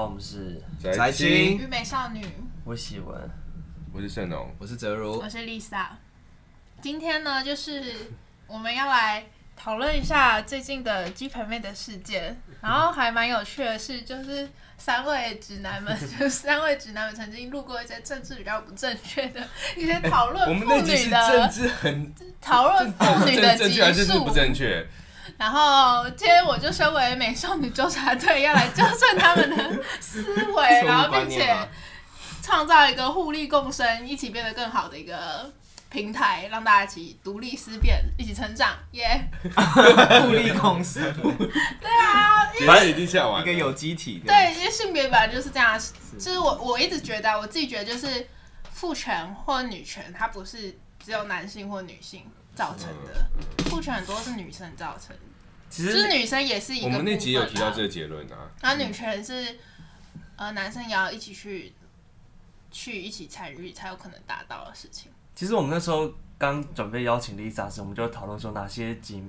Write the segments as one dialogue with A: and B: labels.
A: 我们是
B: 宅青，
C: 虞美少女，
A: 我喜文，
B: 我是盛龙，
D: 我是泽 如
C: 我，是 Lisa。今天呢，就是我们要来讨论一下最近的鸡盆妹的事件，然后还蛮有趣的是，就是三位直 男们，就是三位直男们曾经路过一些政治比较不正确的 一些讨论
B: 我
C: 妇
B: 们那集
C: 女
B: 是政
C: 的
B: 治很
C: 讨论妇女 的
B: 正正确还
C: 集
B: 是
C: 数
B: 不，正确？
C: 然后今天我就身为美少女纠察队，要来纠正他们的思 维，然后并且创造一个互利共生、一起变得更好的一个平台，让大家一起独立思辨，一起成长，耶、
D: 互利共生，
B: 反正已经下完
D: 一
B: 了
D: 个有机体的，
C: 啊对，因为性别本来就是这样，就是我我一直觉得，我自己觉得就是父权或女权，它不是只有男性或女性造成的，
B: 嗯
C: 父权很多是女生造成的，
A: 其
C: 就是
A: 实
C: 女生也是一个
B: 我
C: 部分啊。
B: 们那集有提到这个结论啊，
C: 然后女权是，呃，男生也要一起去，去一起参与，才有可能达到的事情。
A: 其实我们那时候刚准备邀请 Lisa 时，我们就讨论说哪些集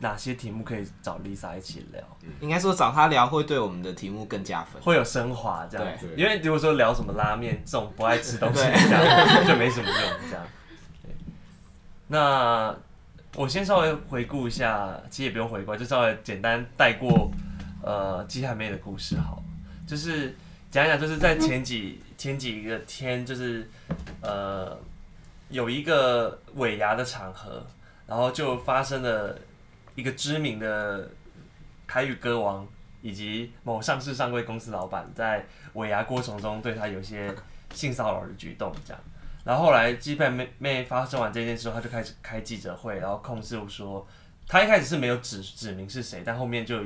A: 哪些题目可以找 Lisa 一起聊，
D: 应该说找他聊会对我们的题目更加分。
A: 会有升华这样子。
B: 对
A: 因为如果说聊什么拉面这种不爱吃东西这样，就没什么用这样。对那我先稍微回顾一下，其实也不用回顾，就稍微简单带过呃鸡汉妹的故事好了，就是讲一讲，就是在前几前几个天，就是呃有一个尾牙的场合，然后就发生了一个知名的台语歌王以及某上市上柜公司老板在尾牙过程中对他有些性骚扰的举动，这样。然后后来基本妹妹发生完这件事后，他就开始开记者会，然后控诉说，他一开始是没有指指明是谁，但后面就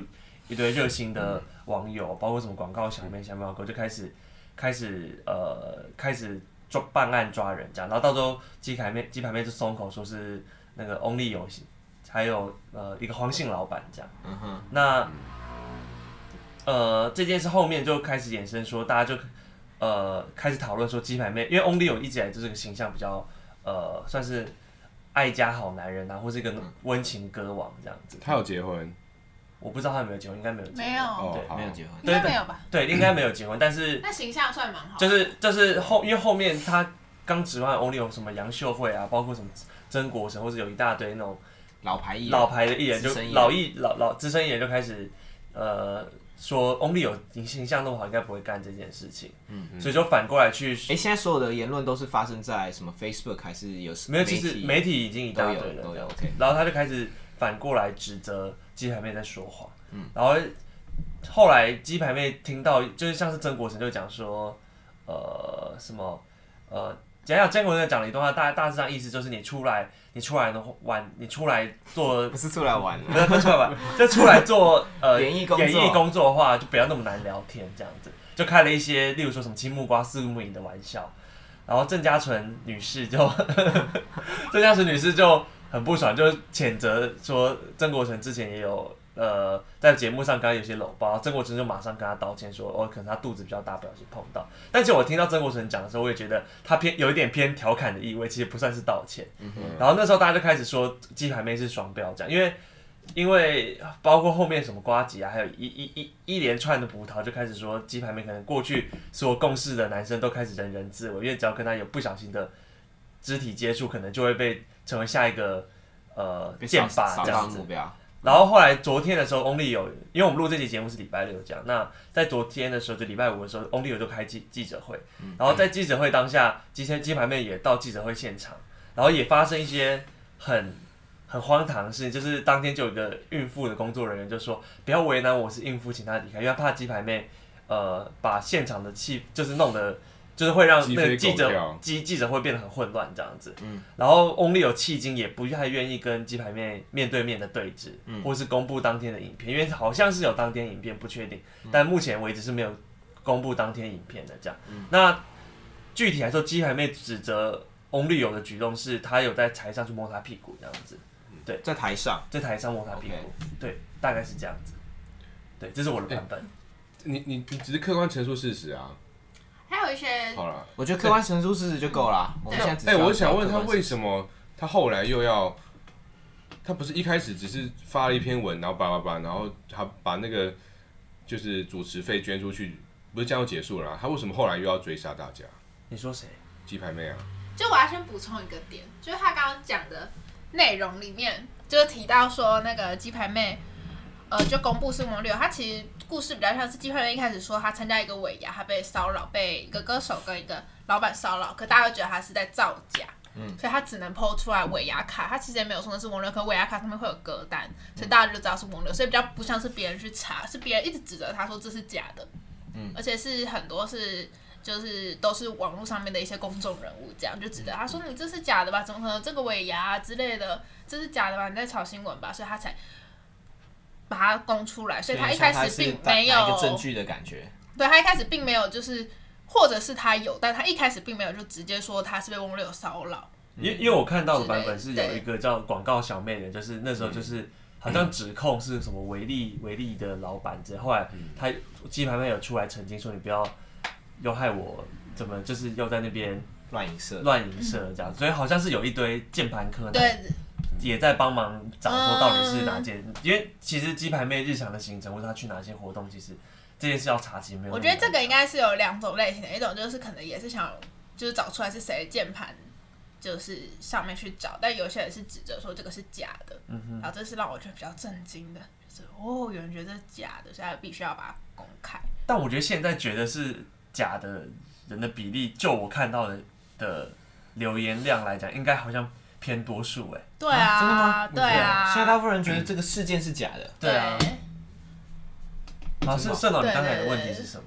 A: 一堆热心的网友，包括什么广告小妹、小喵哥，就开始开始呃开始抓办案抓人这样。然后到时候基凯妹基凯妹就松口说是那个 Only 游戏，还有呃一个黄姓老板这样。
D: 嗯哼，
A: 那呃这件事后面就开始衍生说，大家就呃开始讨论说鸡排妹，因为 Only 有一直以来就是个形象比较呃算是爱家好男人啊，或是一个温情歌王这样子。
B: 他有结婚
A: 我不知道他有没有结婚，应该没有结婚。
C: 没有，
B: 哦
A: 对，
B: 好
D: 没有结婚，
C: 应该没有吧？
A: 对，应该没有结婚，但是
C: 那形象算蛮好的，
A: 就是就是后，因为后面他刚指望 Only 有什么杨秀慧啊，包括什么曾国城，或者有一大堆那种
D: 老牌艺人，
A: 老牌的艺人就
D: 资深艺人
A: 老艺老老资深艺人就开始呃说 Only 有形象那么好，应该不会干这件事情，嗯，所以就反过来去
D: 哎，现在所有的言论都是发生在什么 Facebook 还是有
A: 没有，其实媒
D: 体
A: 体已经一大堆
D: 都有
A: 了
D: 都有
A: 这样子
D: OK
A: 然后他就开始反过来指责鸡排妹在说谎，嗯，然后后来鸡排妹听到就是像是曾国成就讲说，呃，什么呃。讲讲曾国成讲了一段话，大大致上意思就是你出来，你出来的晚，你出来做
D: 不是出来玩
A: 不要不出来吧， 就出来做呃
D: 演艺工作
A: 演艺工作的话，就不要那么难聊天这样子，就开了一些例如说什么青木瓜、四木影的玩笑，然后郑嘉纯女士就 郑嘉纯女士就很不爽，就谴责说曾国成之前也有。呃，在节目上刚刚有些搂抱，曾国成就马上跟他道歉说，哦，可能他肚子比较大，不小心碰到。但其实我听到曾国成讲的时候，我也觉得他偏有一点偏调侃的意味，其实不算是道歉。然后那时候大家就开始说鸡排妹是双标这样，因为因为包括后面什么瓜吉啊，还有一一一一连串的葡萄，就开始说鸡排妹可能过去所有共事的男生都开始人人自危，因为只要跟他有不小心的肢体接触，可能就会被成为下一个呃
D: 被
A: 剑
D: 扫
A: 拔
D: 扫
A: 这样
D: 荡
A: 子
D: 目。标，
A: 然后后来昨天的时候，Only 有，因为我们录这期节目是礼拜六讲，那在昨天的时候，就礼拜五的时候，Only 有就开记记者会，然后在记者会当下，今天鸡排妹也到记者会现场，然后也发生一些很很荒唐的事情，就是当天就有一个孕妇的工作人员就说，不要为难我是孕妇，请她离开，因为她怕鸡排妹呃把现场的气就是弄得。就是会让那个记
B: 鸡飞狗
A: 者
B: 跳嗯
A: 记记者会变得很混乱这样子，然后 Only 有迄今也不太愿意跟鸡排妹面对面的对峙，
B: 嗯
A: 或是公布当天的影片，因为好像是有当天影片不确定，
B: 嗯
A: 但目前为止是没有公布当天影片的这样。
B: 嗯
A: 那具体来说，鸡排妹指责 Only 有的举动是她有在台上去摸他屁股这样子，
D: 在台上，
A: 在台上摸他屁股
D: OK
A: 对，大概是这样子。对，这是我的版本。
C: 哎
B: 你你你只是客观陈述事实啊，
C: 还有一些
B: 好了。
D: 我觉得客观陈述事实就够啦。我们现在只
B: 哎，我想问他为
D: 么？
B: 什么他后来又要？他不是一开始只是发了一篇文，然后叭叭叭，然后他把那个就是主持费捐出去，不不是这样就结束了啊、他为什么后来又要追杀大家？
A: 你说谁？
B: 鸡排妹啊，
C: 就我要先补充一个点，就是他刚刚讲的内容里面，就是提到说那个鸡排妹，呃，就公布新闻六，她其实故事比较像是鸡排妹一开始说她参加一个尾牙，她被骚扰，被一个歌手跟一个老板骚扰，可大家都觉得她是在造假。嗯，所以她只能剖出来尾牙卡，她其实也没有说那是翁六，可尾牙卡上面会有歌单，所以大家就知道是翁六，所以比较不像是别人去查，是别人一直指责她说这是假的，嗯，而且是很多是就是都是网络上面的一些公众人物，这样就指责他说你这是假的吧？怎么可能这个尾牙啊之类的，这是假的吧？你在炒新闻吧？所以他才把它供出来，所以他一开始并没
D: 打打一个证
C: 有，
D: 据的感觉，
C: 对他一开始并没有就是。或者是他有，但他一开始并没有就直接说他是被翁六骚扰，
A: 因因为我看到的版本是
C: 嗯之类嗯
A: 有一个叫广告小妹的，就是那时候就是好像指控是什么维利维利的老板之类，后来
C: 嗯
A: 他鸡排妹有出来澄清说你不要又害我，怎么就是又在那
C: 嗯
A: 边
D: 乱影射。
A: 乱影射这样，所以好像是有一堆键盘客
C: 对，
A: 也在帮忙找说到底是哪件，
C: 嗯
A: 因为其实鸡排妹日常的行程或者她去哪些活动，其实这件事要查其实没有那
C: 我
A: 么
C: 觉
A: 难。
C: 得这个应该是有两种类型的，一种就是可能也是想就是找出来是谁的键盘，就是上面去找，但有些人是指着说这个是假的，
A: 嗯
C: 然后这是让我觉得比较震惊的，就是哦，有人觉得这是假的，所以他必须要把它公开。
A: 但我觉得现在觉得是假的人的比例，就我看到的的留言量来讲，应该好像偏多数哎、
C: 对
D: 啊真的
C: 啊，
D: 吗
C: 对啊，
D: 现在大部分人觉得这个事件是假的，
A: 对啊，好，
D: 真的
A: 是
D: 哦
A: 盛老，你
C: 对
A: 刚才
C: 对
A: 的
C: 对
A: 问题是什么？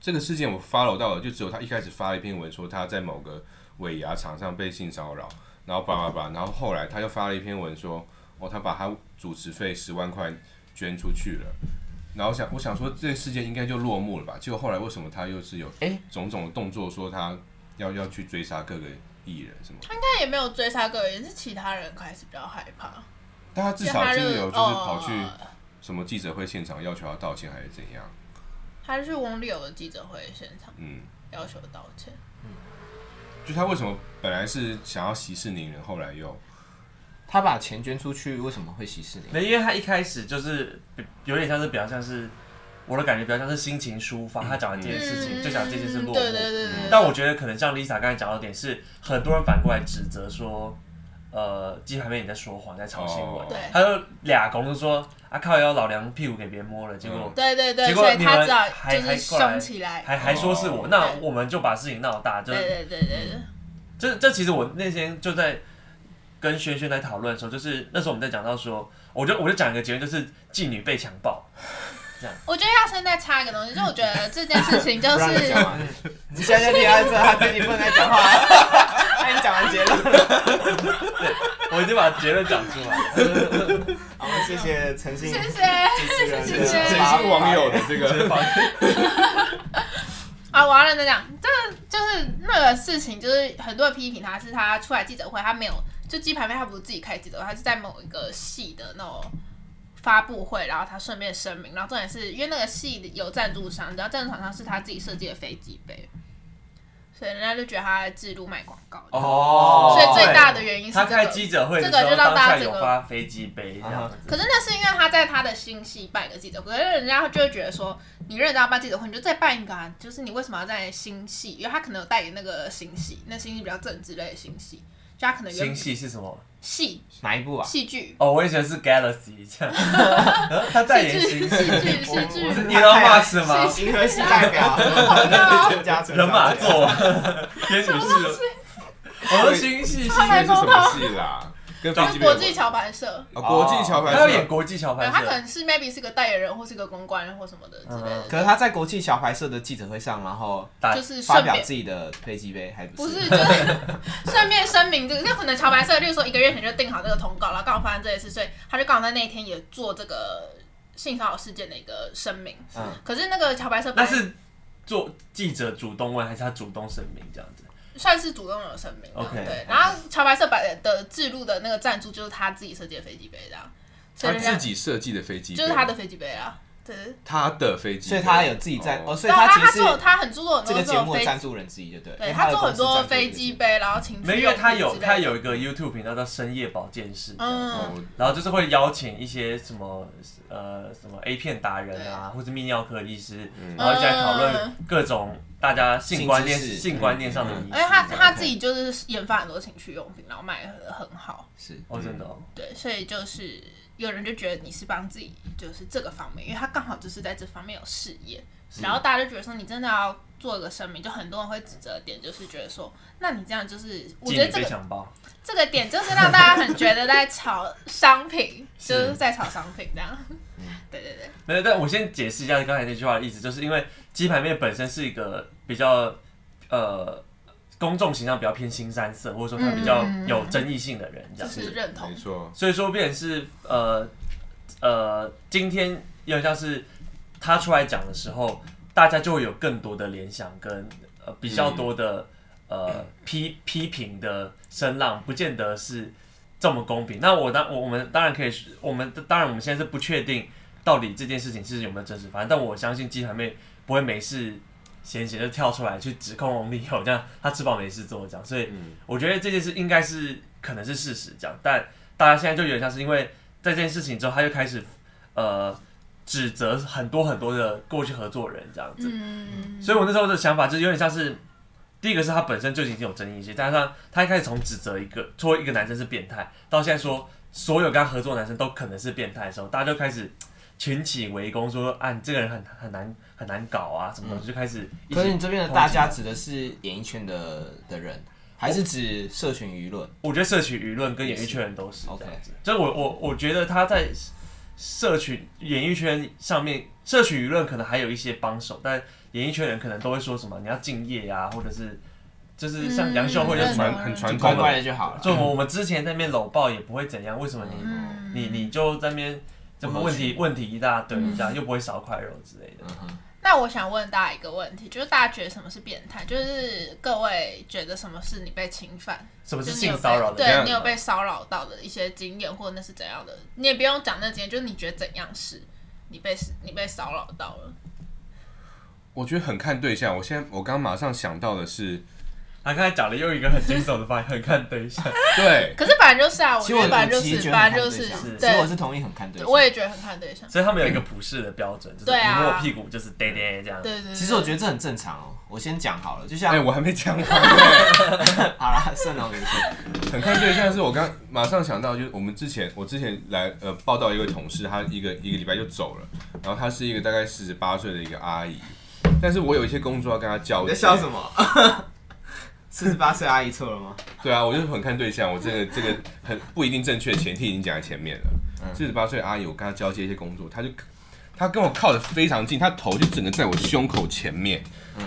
B: 这个事件我 follow 到了，就只有他一开始发了一篇文说他在某个尾牙场上被性骚扰，然后叭叭叭，然后后来他又发了一篇文说，哦，他把他主持费十万块捐出去了。然后想，我想说这个事件应该就落幕了吧？结果后来为什么他又是有
D: 哎
B: 种种的动作，说他要要去追杀各个艺人什么？
C: 他应该也没有追杀个人，是其他人开始比较害怕，
B: 但他至少
C: 就他
B: 就是
C: 就
B: 有就是
C: 哦
B: 跑去什么记者会现场要求他道歉还是怎样？
C: 他是翁立友的记者会现场
B: 嗯，
C: 要求道歉。
B: 就他为什么本来是想要息事宁人，后来又
D: 他把钱捐出去，为什么会息事宁人？
A: 那因为他一开始就是有点像是比较像是我的感觉，比较像是心情抒发，他讲完这件事情、就想这件事落幕。
C: 嗯对对对对。
A: 但我觉得可能像 Lisa 刚才讲到的点是，很多人反过来指责说，呃，鸡排妹你在说谎，在炒新闻
B: 哦。
C: 对
A: 他就俩公就说啊靠腰，老娘屁股给别人摸了，结
B: 嗯
A: 果
C: 对对对，
A: 结果
C: 所以
A: 你
C: 他
A: 们
C: 只好
A: 还
C: 就是
A: 还过来
C: 凶起来。
A: 还还说是我，
B: 哦
A: 那我们就把事情闹大。就
C: 对对对对对，
A: 这这其实我那天就在跟轩轩在讨论的时候，就是那时候我们在讲到说，我就我就讲一个结论，就是妓女被强暴，
C: 我觉得要现在插一个东西，就我觉得这件事情就
D: 不让你
C: 是
D: 讲 完，你现在就离他这，他自己不能再讲话。那你讲完结 论。
A: 我已经把结论讲出来了。
D: 好，谢谢诚信
C: 谢谢
D: 持人
C: 谢谢
B: 谁是网友的这个
C: 啊，我要认真讲，这个就是那个事情，就是很多人批评他是他出来记者会，他没有就鸡排妹，他不是自己开记者会，他是在某一个系的那种。发布会，然后他顺便声明，然后重点是因为那个系有赞助商，然后赞助商是他自己设计的飞机杯，所以人家就觉得他在自录卖广告。
A: 哦
C: 所以最大的原因是
A: 他
C: 这
A: 开
C: 个
A: 记者会的
C: 这个
A: 时候
C: 就让
A: 当
C: 大家
A: 下有
C: 整个啊
A: 发飞机杯这样子。
C: 可是那是因为他在他的新戏办一个记者会，可是人家就会觉得说，你认真要办记者会，你就再办一个啊，就是你为什么要在新戏？因为他可能有代言那个新戏，那新戏比较政治类的新戏，就他可能原
A: 星系是什么？
C: 戏
D: 哪一部啊？
C: 戏剧。
A: 哦，我以前是 Galaxy 这样， 他代言星
C: 戏剧，
A: 系，
C: 戏剧，戏剧，
A: 是 Elon Musk 吗？
D: 银河系代表，
C: 朋
D: 加成
A: 人马 座，天女士，我说星系星系，
C: 他
B: 那是
C: 们
A: 他
B: 什么戏啦？跟飞
C: 就
B: 机
C: 是
B: 没有
C: 国
B: 关
C: 际桥牌社，
B: 哦国际桥牌社
A: 要演国际桥
C: 对，
A: 牌
C: 他可
A: 社，
C: 能是 maybe 是个代言人，或是个公关，或什么的之
A: 嗯
C: 类
D: 可
C: 的，
D: 是他在国际小白社的记者会上，然后
A: 打
C: 就是
D: 发
C: 顺
D: 表
C: 便
D: 自己的飞机杯，还
C: 不
D: 不
C: 是，就是顺便声明这个，就可能乔白色，例如说一个月前就定好这个通告，然后刚好发生这件事，所以他就刚好在那一天也做这个性骚扰事件的一个声明。
D: 嗯
C: 可是那个乔白色本
A: 那
C: 来
A: 是做记者主动问，还是他主动声明这样子？
C: 算是主动有声明的啊
A: OK
C: 对。然后乔白色版的制度的那个赞助就是他自己设计的飞机杯这样，所
B: 他
C: 以人家啊
B: 自己设计的飞机，
C: 就是他的飞机杯啊，对，
B: 他的飞机，
D: 所以他有自己在哦，
B: 哦，
D: 所以他
C: 他
D: 其实
C: 做
D: 是
C: 他很注重
D: 这个节目的
C: 飞
D: 赞助人之一，就对了。
C: 对
D: 因为
C: 他
D: 的
C: 做很
D: 公司
C: 多
D: 赞助
C: 飞
D: 这个
C: 机
D: 节目，
C: 杯，然后情趣
A: 没有，因为他
C: 用
A: 有
C: 品之类的
A: 他有一个 YouTube 频道叫深夜保健室，
C: 嗯
B: 哦
A: 然后就是会邀请一些什么呃什么 A 片达人啊，或是泌尿科医师，
B: 嗯
A: 然后一起来讨论各种大家性观念
D: 性知识嗯
A: 性观念上的迷
C: 而且他
A: 思。
C: 他自己就是研发很多情趣用品，然后卖的很好，
D: 是
A: 哦，真的哦，
C: 对，所以就是有人就觉得你是帮自己就是这个方面，因为他刚好就是在这方面有事业，然后大家就觉得说你真的要做一个声明，就很多人会指责的点就是觉得说，那你这样就是我觉
A: 借
C: 得
A: 你
C: 这
A: 被
C: 个
A: 强暴，
C: 这个点就是让大家很觉得在炒商品，
A: 是
C: 就是在炒商品这样， 对对对，
A: 没有，但我先解释一下刚才那句话的意思，就是因为鸡排妹本身是一个比较呃公众形象比较偏新三色，或者说她比较
C: 嗯
A: 有争议性的人，这
C: 就
A: 样。
C: 是认同
B: 没，错，
A: 所以说，变成是呃呃，今天有点像是他出来讲的时候，大家就会有更多的联想跟呃比较多的、呃批批评的声浪，不见得是这么公平。那我当我我们当然可以，我们当然我们现在是不确定到底这件事情是有没有真实发生，但我相信鸡排妹不会没事。闲闲就跳出来去指控王力宏，这样他吃饱没事做这样，所以
D: 嗯
A: 我觉得这件事应该是可能是事实这样，但大家现在就有点像是因为在这件事情之后，他就开始呃指责很多很多的过去合作人这样子，
C: 嗯，
A: 所以我那时候的想法就是有点像是，第一个是他本身就已经有争议性，加上他一开始从指责一个说一个男生是变态，到现在说所有跟他合作的男生都可能是变态的时候，大家就开始呃群起围攻说，啊你这个人很很难很难搞啊什么东西，就开始一
D: 嗯可是
A: 起。
D: 你这边的大家指的是演艺圈的的人，还是指社群舆论？
A: 我觉得社群舆论跟演艺圈人都是这
D: OK
A: 样子，就是我我我觉得他在社群演艺圈上面，社群舆论可能还有一些帮手，但演艺圈人可能都会说什么你要敬业啊，或者是就是像杨秀慧就
C: 嗯
A: 是
B: 很传很传统
D: 就乖
B: 的
D: 乖的就好了。
A: 就我们之前在那边搂抱也不会怎样，为什么你
C: 嗯
A: 你你就在那边怎么问题问题一大堆这样，又不会少块肉之类的？
D: 嗯哼，
C: 那我想问大家一个问题，就是大家觉得什么是变态？就是各位觉得什么是你被侵犯，
A: 什么
C: 就是是你有
A: 性
C: 被
A: 骚扰的？
B: 这
C: 对
B: 样
C: 你有被骚扰到的一些经验，或那是怎样的？你也不用讲那经验，就是你觉得怎样是你被你被骚扰到了？
B: 我觉得很看对象。我现在我刚马上想到的 是，
A: 他刚才讲了又一个很惊悚的发言，很看对象。
B: 对，
C: 可是反正就是啊，我
D: 其实
C: 觉得
D: 我
C: 反正
D: 其
C: 就
D: 实觉
C: 是，
D: 得很
C: 反
D: 看
C: 正就
D: 对
C: 是
D: 象，其实我
C: 对，
D: 是同意很看对象。
C: 我也觉得很看对象。
A: 所以他们有一个普世的标准，就是
C: 对啊
A: 你摸我屁股就是爹爹这样。
C: 对对对，
D: 其实我觉得这很正常哦。我先讲好了，就像
B: 哎，我还没讲完 呢。
D: 好啦，算了，我跟你说，
B: 很看对象是我刚马上想到，就是我们之前我之前来呃报道一位同事，他一个一个礼拜就走了，然后她是一个大概四十八岁的一个阿姨，但是我有一些工作要跟她交
D: 你
B: 接。
D: 在笑什么？ 四十八岁阿姨错了吗？
B: 对啊，我就是很看对象，我这个这个很不一定正确，前提已经讲在前面
A: 嗯
B: 了。四十八岁阿姨，我跟她交接一些工作，她就她跟我靠的非常近，她头就整个在我胸口前面，
A: 嗯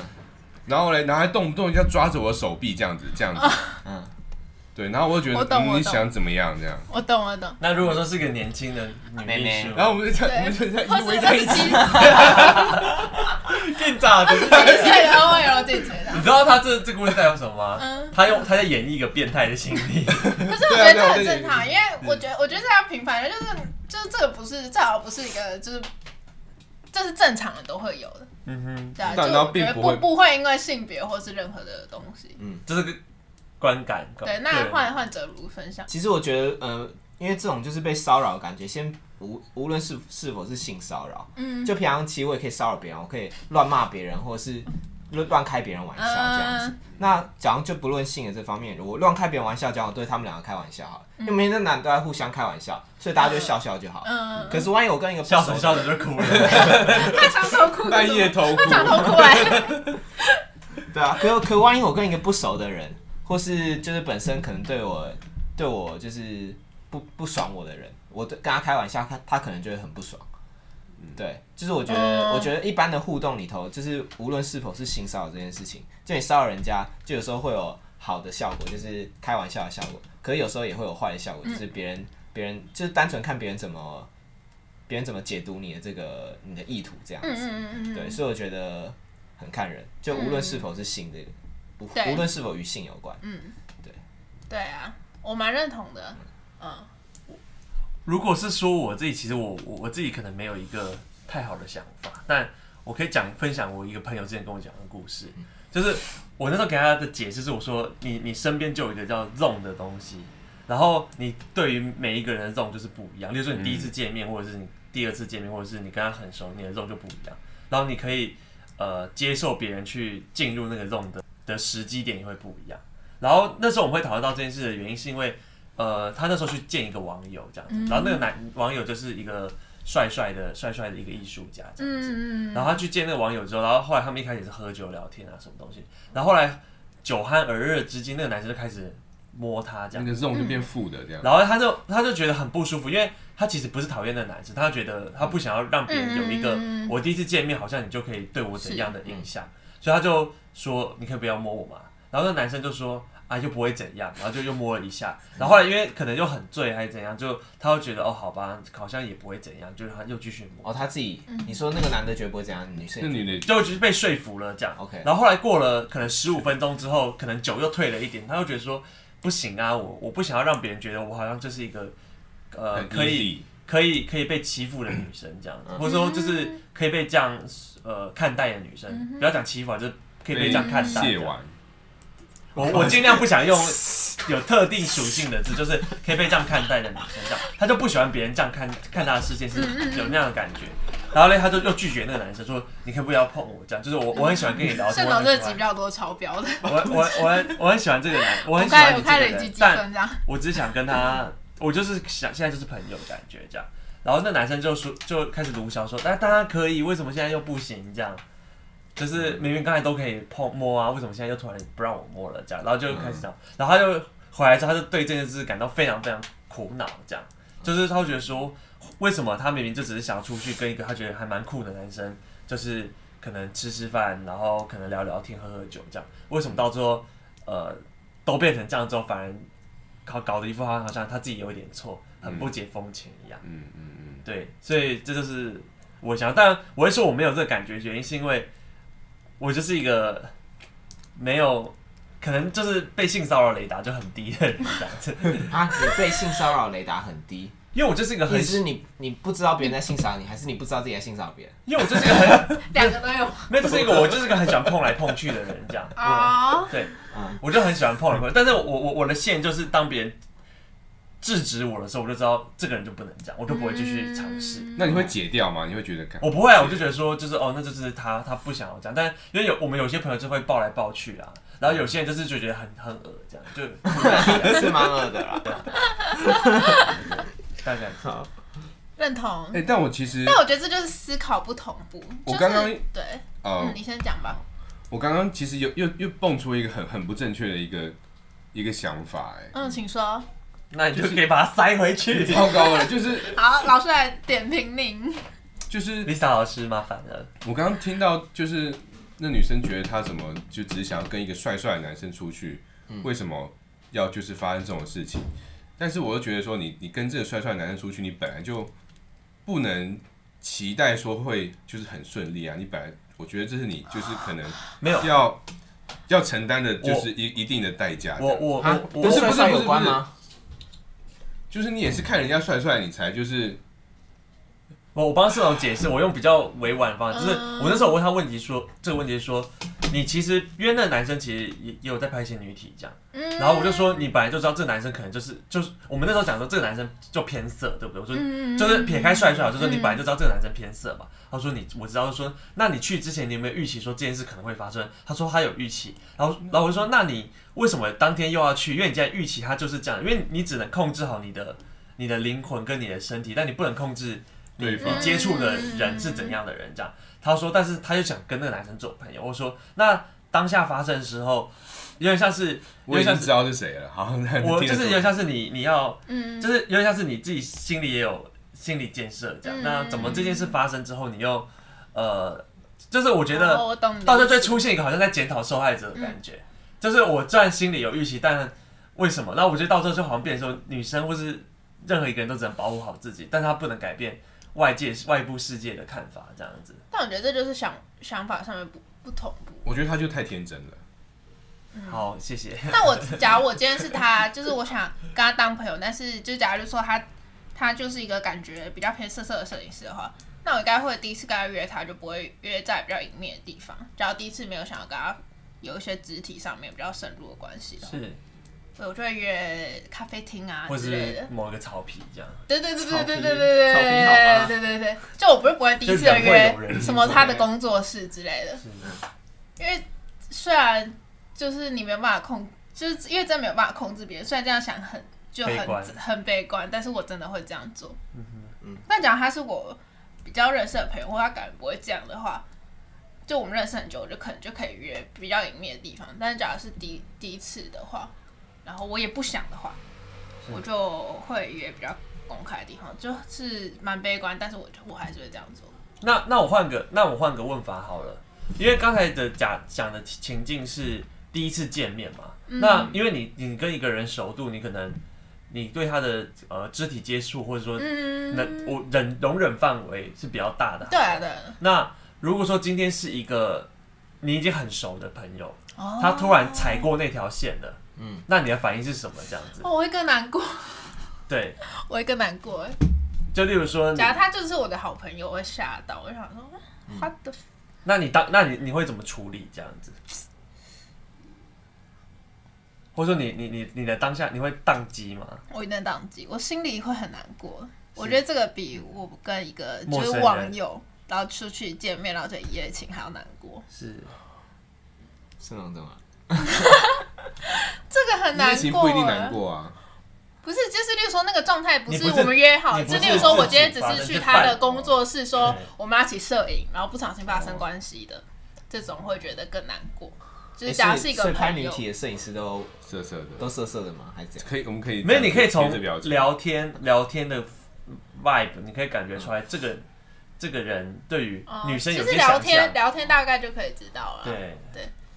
B: 然后嘞，然后还动不动就要抓着我手臂这样子，这样子，
D: 嗯
B: 对，然后我就觉
C: 我
B: 得
C: 懂
B: 嗯
C: 我
B: 你
C: 懂
B: 想怎么样这样，
C: 我懂我懂，
A: 那如果说是个年轻的女
D: 妹
A: 秘
D: 妹
A: 书，
B: 然后我们就这样，我
C: 对，
B: 们
C: 或
B: 就这样依
C: 是或
B: 偎在一
C: 是
B: 起，
C: 七
A: 更炸的。
C: 岁的 OL 进去的
A: 你，知道他这这故事代表什么吗？
C: 嗯
A: 他用他在演绎一个变态的心理，
C: 可是我觉得这很正常，因为我觉得我觉得这样平凡，就是就是这个不是，这好像不是一个就是。这是正常的都会有的，
A: 嗯哼，
C: 对啊，就
B: 但那
C: 我觉得
B: 并不
C: 不
B: 会
C: 不会因为性别或是任何的东西。
A: 这是个观感。
C: 对，那换换者如分享，
D: 其实我觉得，呃，因为这种就是被骚扰的感觉，先无无论是是否是性骚扰，
C: 嗯，
D: 就平常其实我也可以骚扰别人，我可以乱骂别人，或者是乱乱开别人
C: 呃
D: 玩笑这样子。那假如就不论性的这方面，我乱开别人玩笑，假如我对他们两个开玩笑好了，因为每天男的都在互相开玩笑，所以大家就笑笑就好。
C: 嗯，
D: 可是万一我跟一个不
A: 笑
D: 熟
A: 着
D: 的
A: 笑着就哭了。
C: 他长头哭，
B: 半夜偷哭
C: 他，长头哭哎，
D: 对啊，可可万一我跟一个不熟的人，或是就是本身可能对我对我就是不不爽我的人，我对跟他开玩笑，他他可能就会很不爽。对，就是我觉得，
C: 嗯
D: 我觉得一般的互动里头，就是无论是否是性骚扰这件事情，就你骚扰人家，就有时候会有好的效果，就是开玩笑的效果，可是有时候也会有坏的效
C: 嗯
D: 果，就是别人别人就是单纯看别人怎么别人怎么解读你的这个你的意图这样
C: 嗯
D: 子。
C: 嗯嗯嗯，
D: 对，所以我觉得很看人，就无论是否是性这个，无
C: 对
D: 无论是否与性有关，
C: 嗯对啊，我蛮认同的，嗯，
A: 如果是说我自己，其实我我我自己可能没有一个太好的想法，但我可以讲分享我一个朋友之前跟我讲的故事，就是我那时候给他的解释是我说你你身边就有一个叫 zone 的东西，然后你对于每一个人的 zone 就是不一样，例如说你第一次见面，或者是你第二次见面，或者是你跟他很熟，你的 zone 就不一样，然后你可以呃接受别人去进入那个 zone 的的时机点也会不一样。然后那时候我们会讨论到这件事的原因，是因为呃，他那时候去见一个网友这样子，然后那个男网友就是一个帅帅的帅帅的一个艺术家这样子，
C: 嗯嗯
A: 然后他去见那个网友之后，然后后来他们一开始是喝酒聊天啊什么东西，然后后来酒酣耳热之际，那个男生就开始摸他这
B: 那
A: 样，
B: 个 zone 就变负的这样。
A: 然后他就他就觉得很不舒服，因为他其实不是讨厌那个男生，他觉得他不想要让别人有一个、
C: 嗯嗯嗯嗯
A: 我第一次见面好像你就可以对我怎样的印象，所以他就说你可以不要摸我嘛。然后那个男生就说啊又不会怎样，然后就又摸了一下，然后后来因为可能又很醉还是怎样，就他又觉得哦好吧，好像也不会怎样，就让他又继续摸。
D: 哦，他自己，
C: 嗯
D: 你说那个男的绝不会这样，女生
B: 那
D: 也
B: 女的
A: 就就是被说服了这样。
D: OK
A: 然后后来过了可能十五分钟之后，可能酒又退了一点，他又觉得说不行啊，我我不想要让别人觉得我好像就是一个呃
B: 很
A: 可以
B: easy，
A: 可以可以被欺负的女生这样子，
C: 嗯
A: 或者说就是可以被这样呃看待的女
C: 嗯
A: 生，不要讲欺负啊，就是可以被这样看待这
B: 卸
A: 样。
B: 完，
A: 我我尽量不想用有特定属性的字，就是 可以被这样看待的女生这样，他就不喜欢别人这样看看他的视
C: 嗯
A: 线是有那样的感觉。然后嘞，他就又拒绝那个男生说：“你可以不要碰我。”这样，就是我我很喜欢跟你聊 天，
C: 圣
A: 我
C: 龙
A: 很
C: 这
A: 喜
C: 集
A: 欢
C: 比较多超标的，
A: 我我我很我很喜欢这个男，我
C: 我
A: 很喜欢
C: 开我
A: 你
C: 开
A: 这
C: 了
A: 个
C: 一集
A: 人，
C: 积
A: 但
C: 分这样，
A: 我只想跟他，我就是想现在就是朋友的感觉这样。然后那男生就说就开始卢小说，但当然可以，为什么现在又不行？这样，就是明明刚才都可以碰摸啊，为什么现在又突然不让我摸了？这样，然后就开始这样，然后他就回来之后，他就对这件事感到非常非常苦恼，这样，就是他会觉得说，为什么他明明就只是想要出去跟一个他觉得还蛮酷的男生，就是可能吃吃饭，然后可能聊聊天、喝喝酒这样，为什么到最后呃都变成这样之后，反而搞搞得一副好像好像他自己有一点错，很不解风情一样。
B: 嗯嗯嗯，
A: 对，所以这就是我想，但我会说我没有这个感觉，原因是因为我就是一个没有，可能就是被性骚扰雷达就很低的人这样子，
D: 啊，你被性骚扰雷达很 低，
A: 因为我就是一个很
D: 意，思是你你不知道别人在性骚扰你，还是你不知道自己在性骚扰 别人？
A: 因为我就是一个很，
C: 两个都有
A: 没有，就是一个我就是一个很喜欢碰来碰去的人这样，
C: 啊。
A: 对
D: 嗯，
A: 我就很喜欢碰来碰去，但是我我我的线就是当别人制止我的时候，我就知道这个人就不能这样，我就不会继续尝
C: 嗯
A: 试。
B: 那你会解掉吗？你会觉得看
A: 我不会啊，我就觉得说，就是哦，那就是他，他不想要这样。但因为有我们有些朋友就会抱来抱去啊，然后有些人就是就觉得很很恶这样，就
D: 是蛮恶 的啦。
A: 大概
C: 认同。
B: 哎，但我其实
C: 但我觉得这就是思考不同步。
B: 我
C: 就是
B: 刚刚
C: 对，
B: 呃
A: 哦
C: 嗯，，你先讲吧。
B: 我刚刚其实有又又蹦出一个很很不正确的一个一个想法， 哎，
C: 嗯，请说。
A: 那你就可以把它塞回去。
B: 超高了，就是
C: 好，老师来点评您。
B: 就是，
A: Lisa 老师麻烦了，
B: 我刚刚听到就是那女生觉得她怎么就只是想要跟一个帅帅的男生出去，
A: 嗯
B: 为什么要就是发生这种事情？但是我又觉得说你，你跟这个帅帅的男生出去，你本来就不能期待说会就是很顺利啊，你本来我觉得这是你就是可能
A: 没有
B: 要要承担的就是一一定的代价。
A: 我我
D: 啊
A: 我，我
B: 不
D: 跟
B: 是
D: 帅
B: 不是
D: 帅
B: 不
D: 有
B: 是
D: 关
B: 不是
D: 吗？
B: 就是你也是看人家帅帅，你才就是
A: 我我帮社长解释，我用比较委婉的方式，就是
C: 嗯
A: 我那时候我问他问题说，这个问题是说，你其实因为那个男生其实也也有在拍一些女体这样。
C: 嗯，
A: 然后我就说，你本来就知道这个男生可能就是就是我们那时候讲说这个男生就偏色，对不对？我说
C: 嗯，嗯
A: 就是撇开帅帅好，就说你本来
C: 嗯
A: 就知道这个男生偏色嘛。他说你我知道，就说那你去之前你有没有预期说这件事可能会发生？他说他有预期，然后然后我就说那你为什么当天又要去？因为你现在预期他就是这样，因为你只能控制好你的你的灵魂跟你的身体，但你不能控制你
B: 对方
A: 你接触的人是怎样的人这样。他说，但是他就想跟那个男生做朋友。我说那当下发生的时候，有点像是有
B: 我已
A: 点
B: 经
A: 像
B: 知
A: 是
B: 道是谁了。好，那
A: 我
B: 听
A: 就
B: 得
A: 是有点
B: 出
A: 像是你你要。
C: 嗯，
A: 就是有点像是你自己心里也有心理建设这样。
C: 嗯
A: 那怎么这件事发生之后，你又呃，就是我觉
C: 哦嗯
A: 得
C: 我懂你的意思。
A: 到最后就会出现一个好像在检讨受害者的感觉，就是我虽然心里有预期，但为什么？那我觉得到最后就好像变成说，女生或是任何一个人都只能保护好自己，但她不能改变外界外部世界的看法这样子。
C: 但我觉得这就是想想法上面不不同步。
B: 我觉得他就太天真了。
C: 嗯
A: 好，谢谢。
C: 但我假如我今天是他，就是我想跟他当朋友，但是就假如说他他就是一个感觉比较偏色色的摄影师的话，那我应该会第一次跟他约他，就不会约在比较隐秘的地方。只要第一次没有想要跟他有一些肢体上面比较深入的关系的话，
A: 是，
C: 所以我就会约咖啡厅啊
A: 或
C: 之类的
A: 是。某一个草皮这样，
C: 对对对对
D: 草
C: 对
D: 皮
C: 对对对
D: 草皮好
C: 对
D: 吗
C: 对对对，就我不是不会第一次
A: 就人会
C: 约
A: 有人
C: 什么他的
A: 对
C: 工作室之类的，
A: 是
C: 因为虽然就是你没有办法控，就是因为真的没有办法控制别人，虽然这样想很就很
A: 悲观
C: 很悲观，但是我真的会这样做。
A: 嗯
D: 嗯
C: 但假如他是我比较认识的朋友，或他感觉不会这样的话，就我们认识很久，我就可能就可以约比较隐秘的地方。但是假如是第第一次的话，然后我也不想的话，
A: 是
C: 我就会约比较公开的地方，就是蛮悲观，但是我就我还是会这样做。
A: 那那我换个，那我换个问法好了，因为刚才的假讲的情境是第一次见面嘛，
C: 嗯
A: 那因为你你跟一个人熟度，你可能你对他的呃肢体接触或者说
C: 嗯，
A: 能我忍容忍范围是比较大的。
C: 对啊，对啊，
A: 那如果说今天是一个你已经很熟的朋友，
C: 哦
A: 他突然踩过那条线了，
D: 嗯，
A: 那你的反应是什么？这样子，
C: 哦，我会更难过，
A: 对，
C: 我会更难过。
A: 就例如说你，
C: 假如他就是我的好朋友，我会吓到，我想说，啊他的
A: 那你当那你你会怎么处理这样子？或者说你你你你的当下你会宕机吗？
C: 我一定宕机，我心里会很难过。我觉得这个比我跟一个
A: 陌生
C: 就是
A: 人
C: 网友，然后出去见面，然后就一夜情还要难过，
A: 是
D: 是那种的吗？
C: 这个很难
B: 疫情
C: 过。
B: 不一定难。过啊，
C: 不是，就是例如说那个状态不
A: 你
C: 是
A: 不是
C: 我们约好，
A: 你不
C: 就是例如说我
A: 自己
C: 今天只
A: 发生
C: 是去
A: 是
C: 他的
A: 伴
C: 工作室说
A: 对
C: 我们要一起摄影，然后不小心发生关系的，这种会觉得更难过。就
D: 诶
C: 是假如
D: 哎所
C: 是
D: 以
C: 一个
D: 所以拍
C: 朋
D: 女
C: 友，
D: 体的摄影师都
B: 色色的，
D: 都色色的吗？还是怎样？
B: 可以，我们可以
A: 没有，你可以从
B: 贴着表情
A: 聊天聊天的 vibe，你可以感觉出来这个这个人对于
C: 哦
A: 女生有
C: 就是
A: 些
C: 聊
A: 想
C: 天
A: 象。
C: 聊天大概就可以知道了。
A: 对，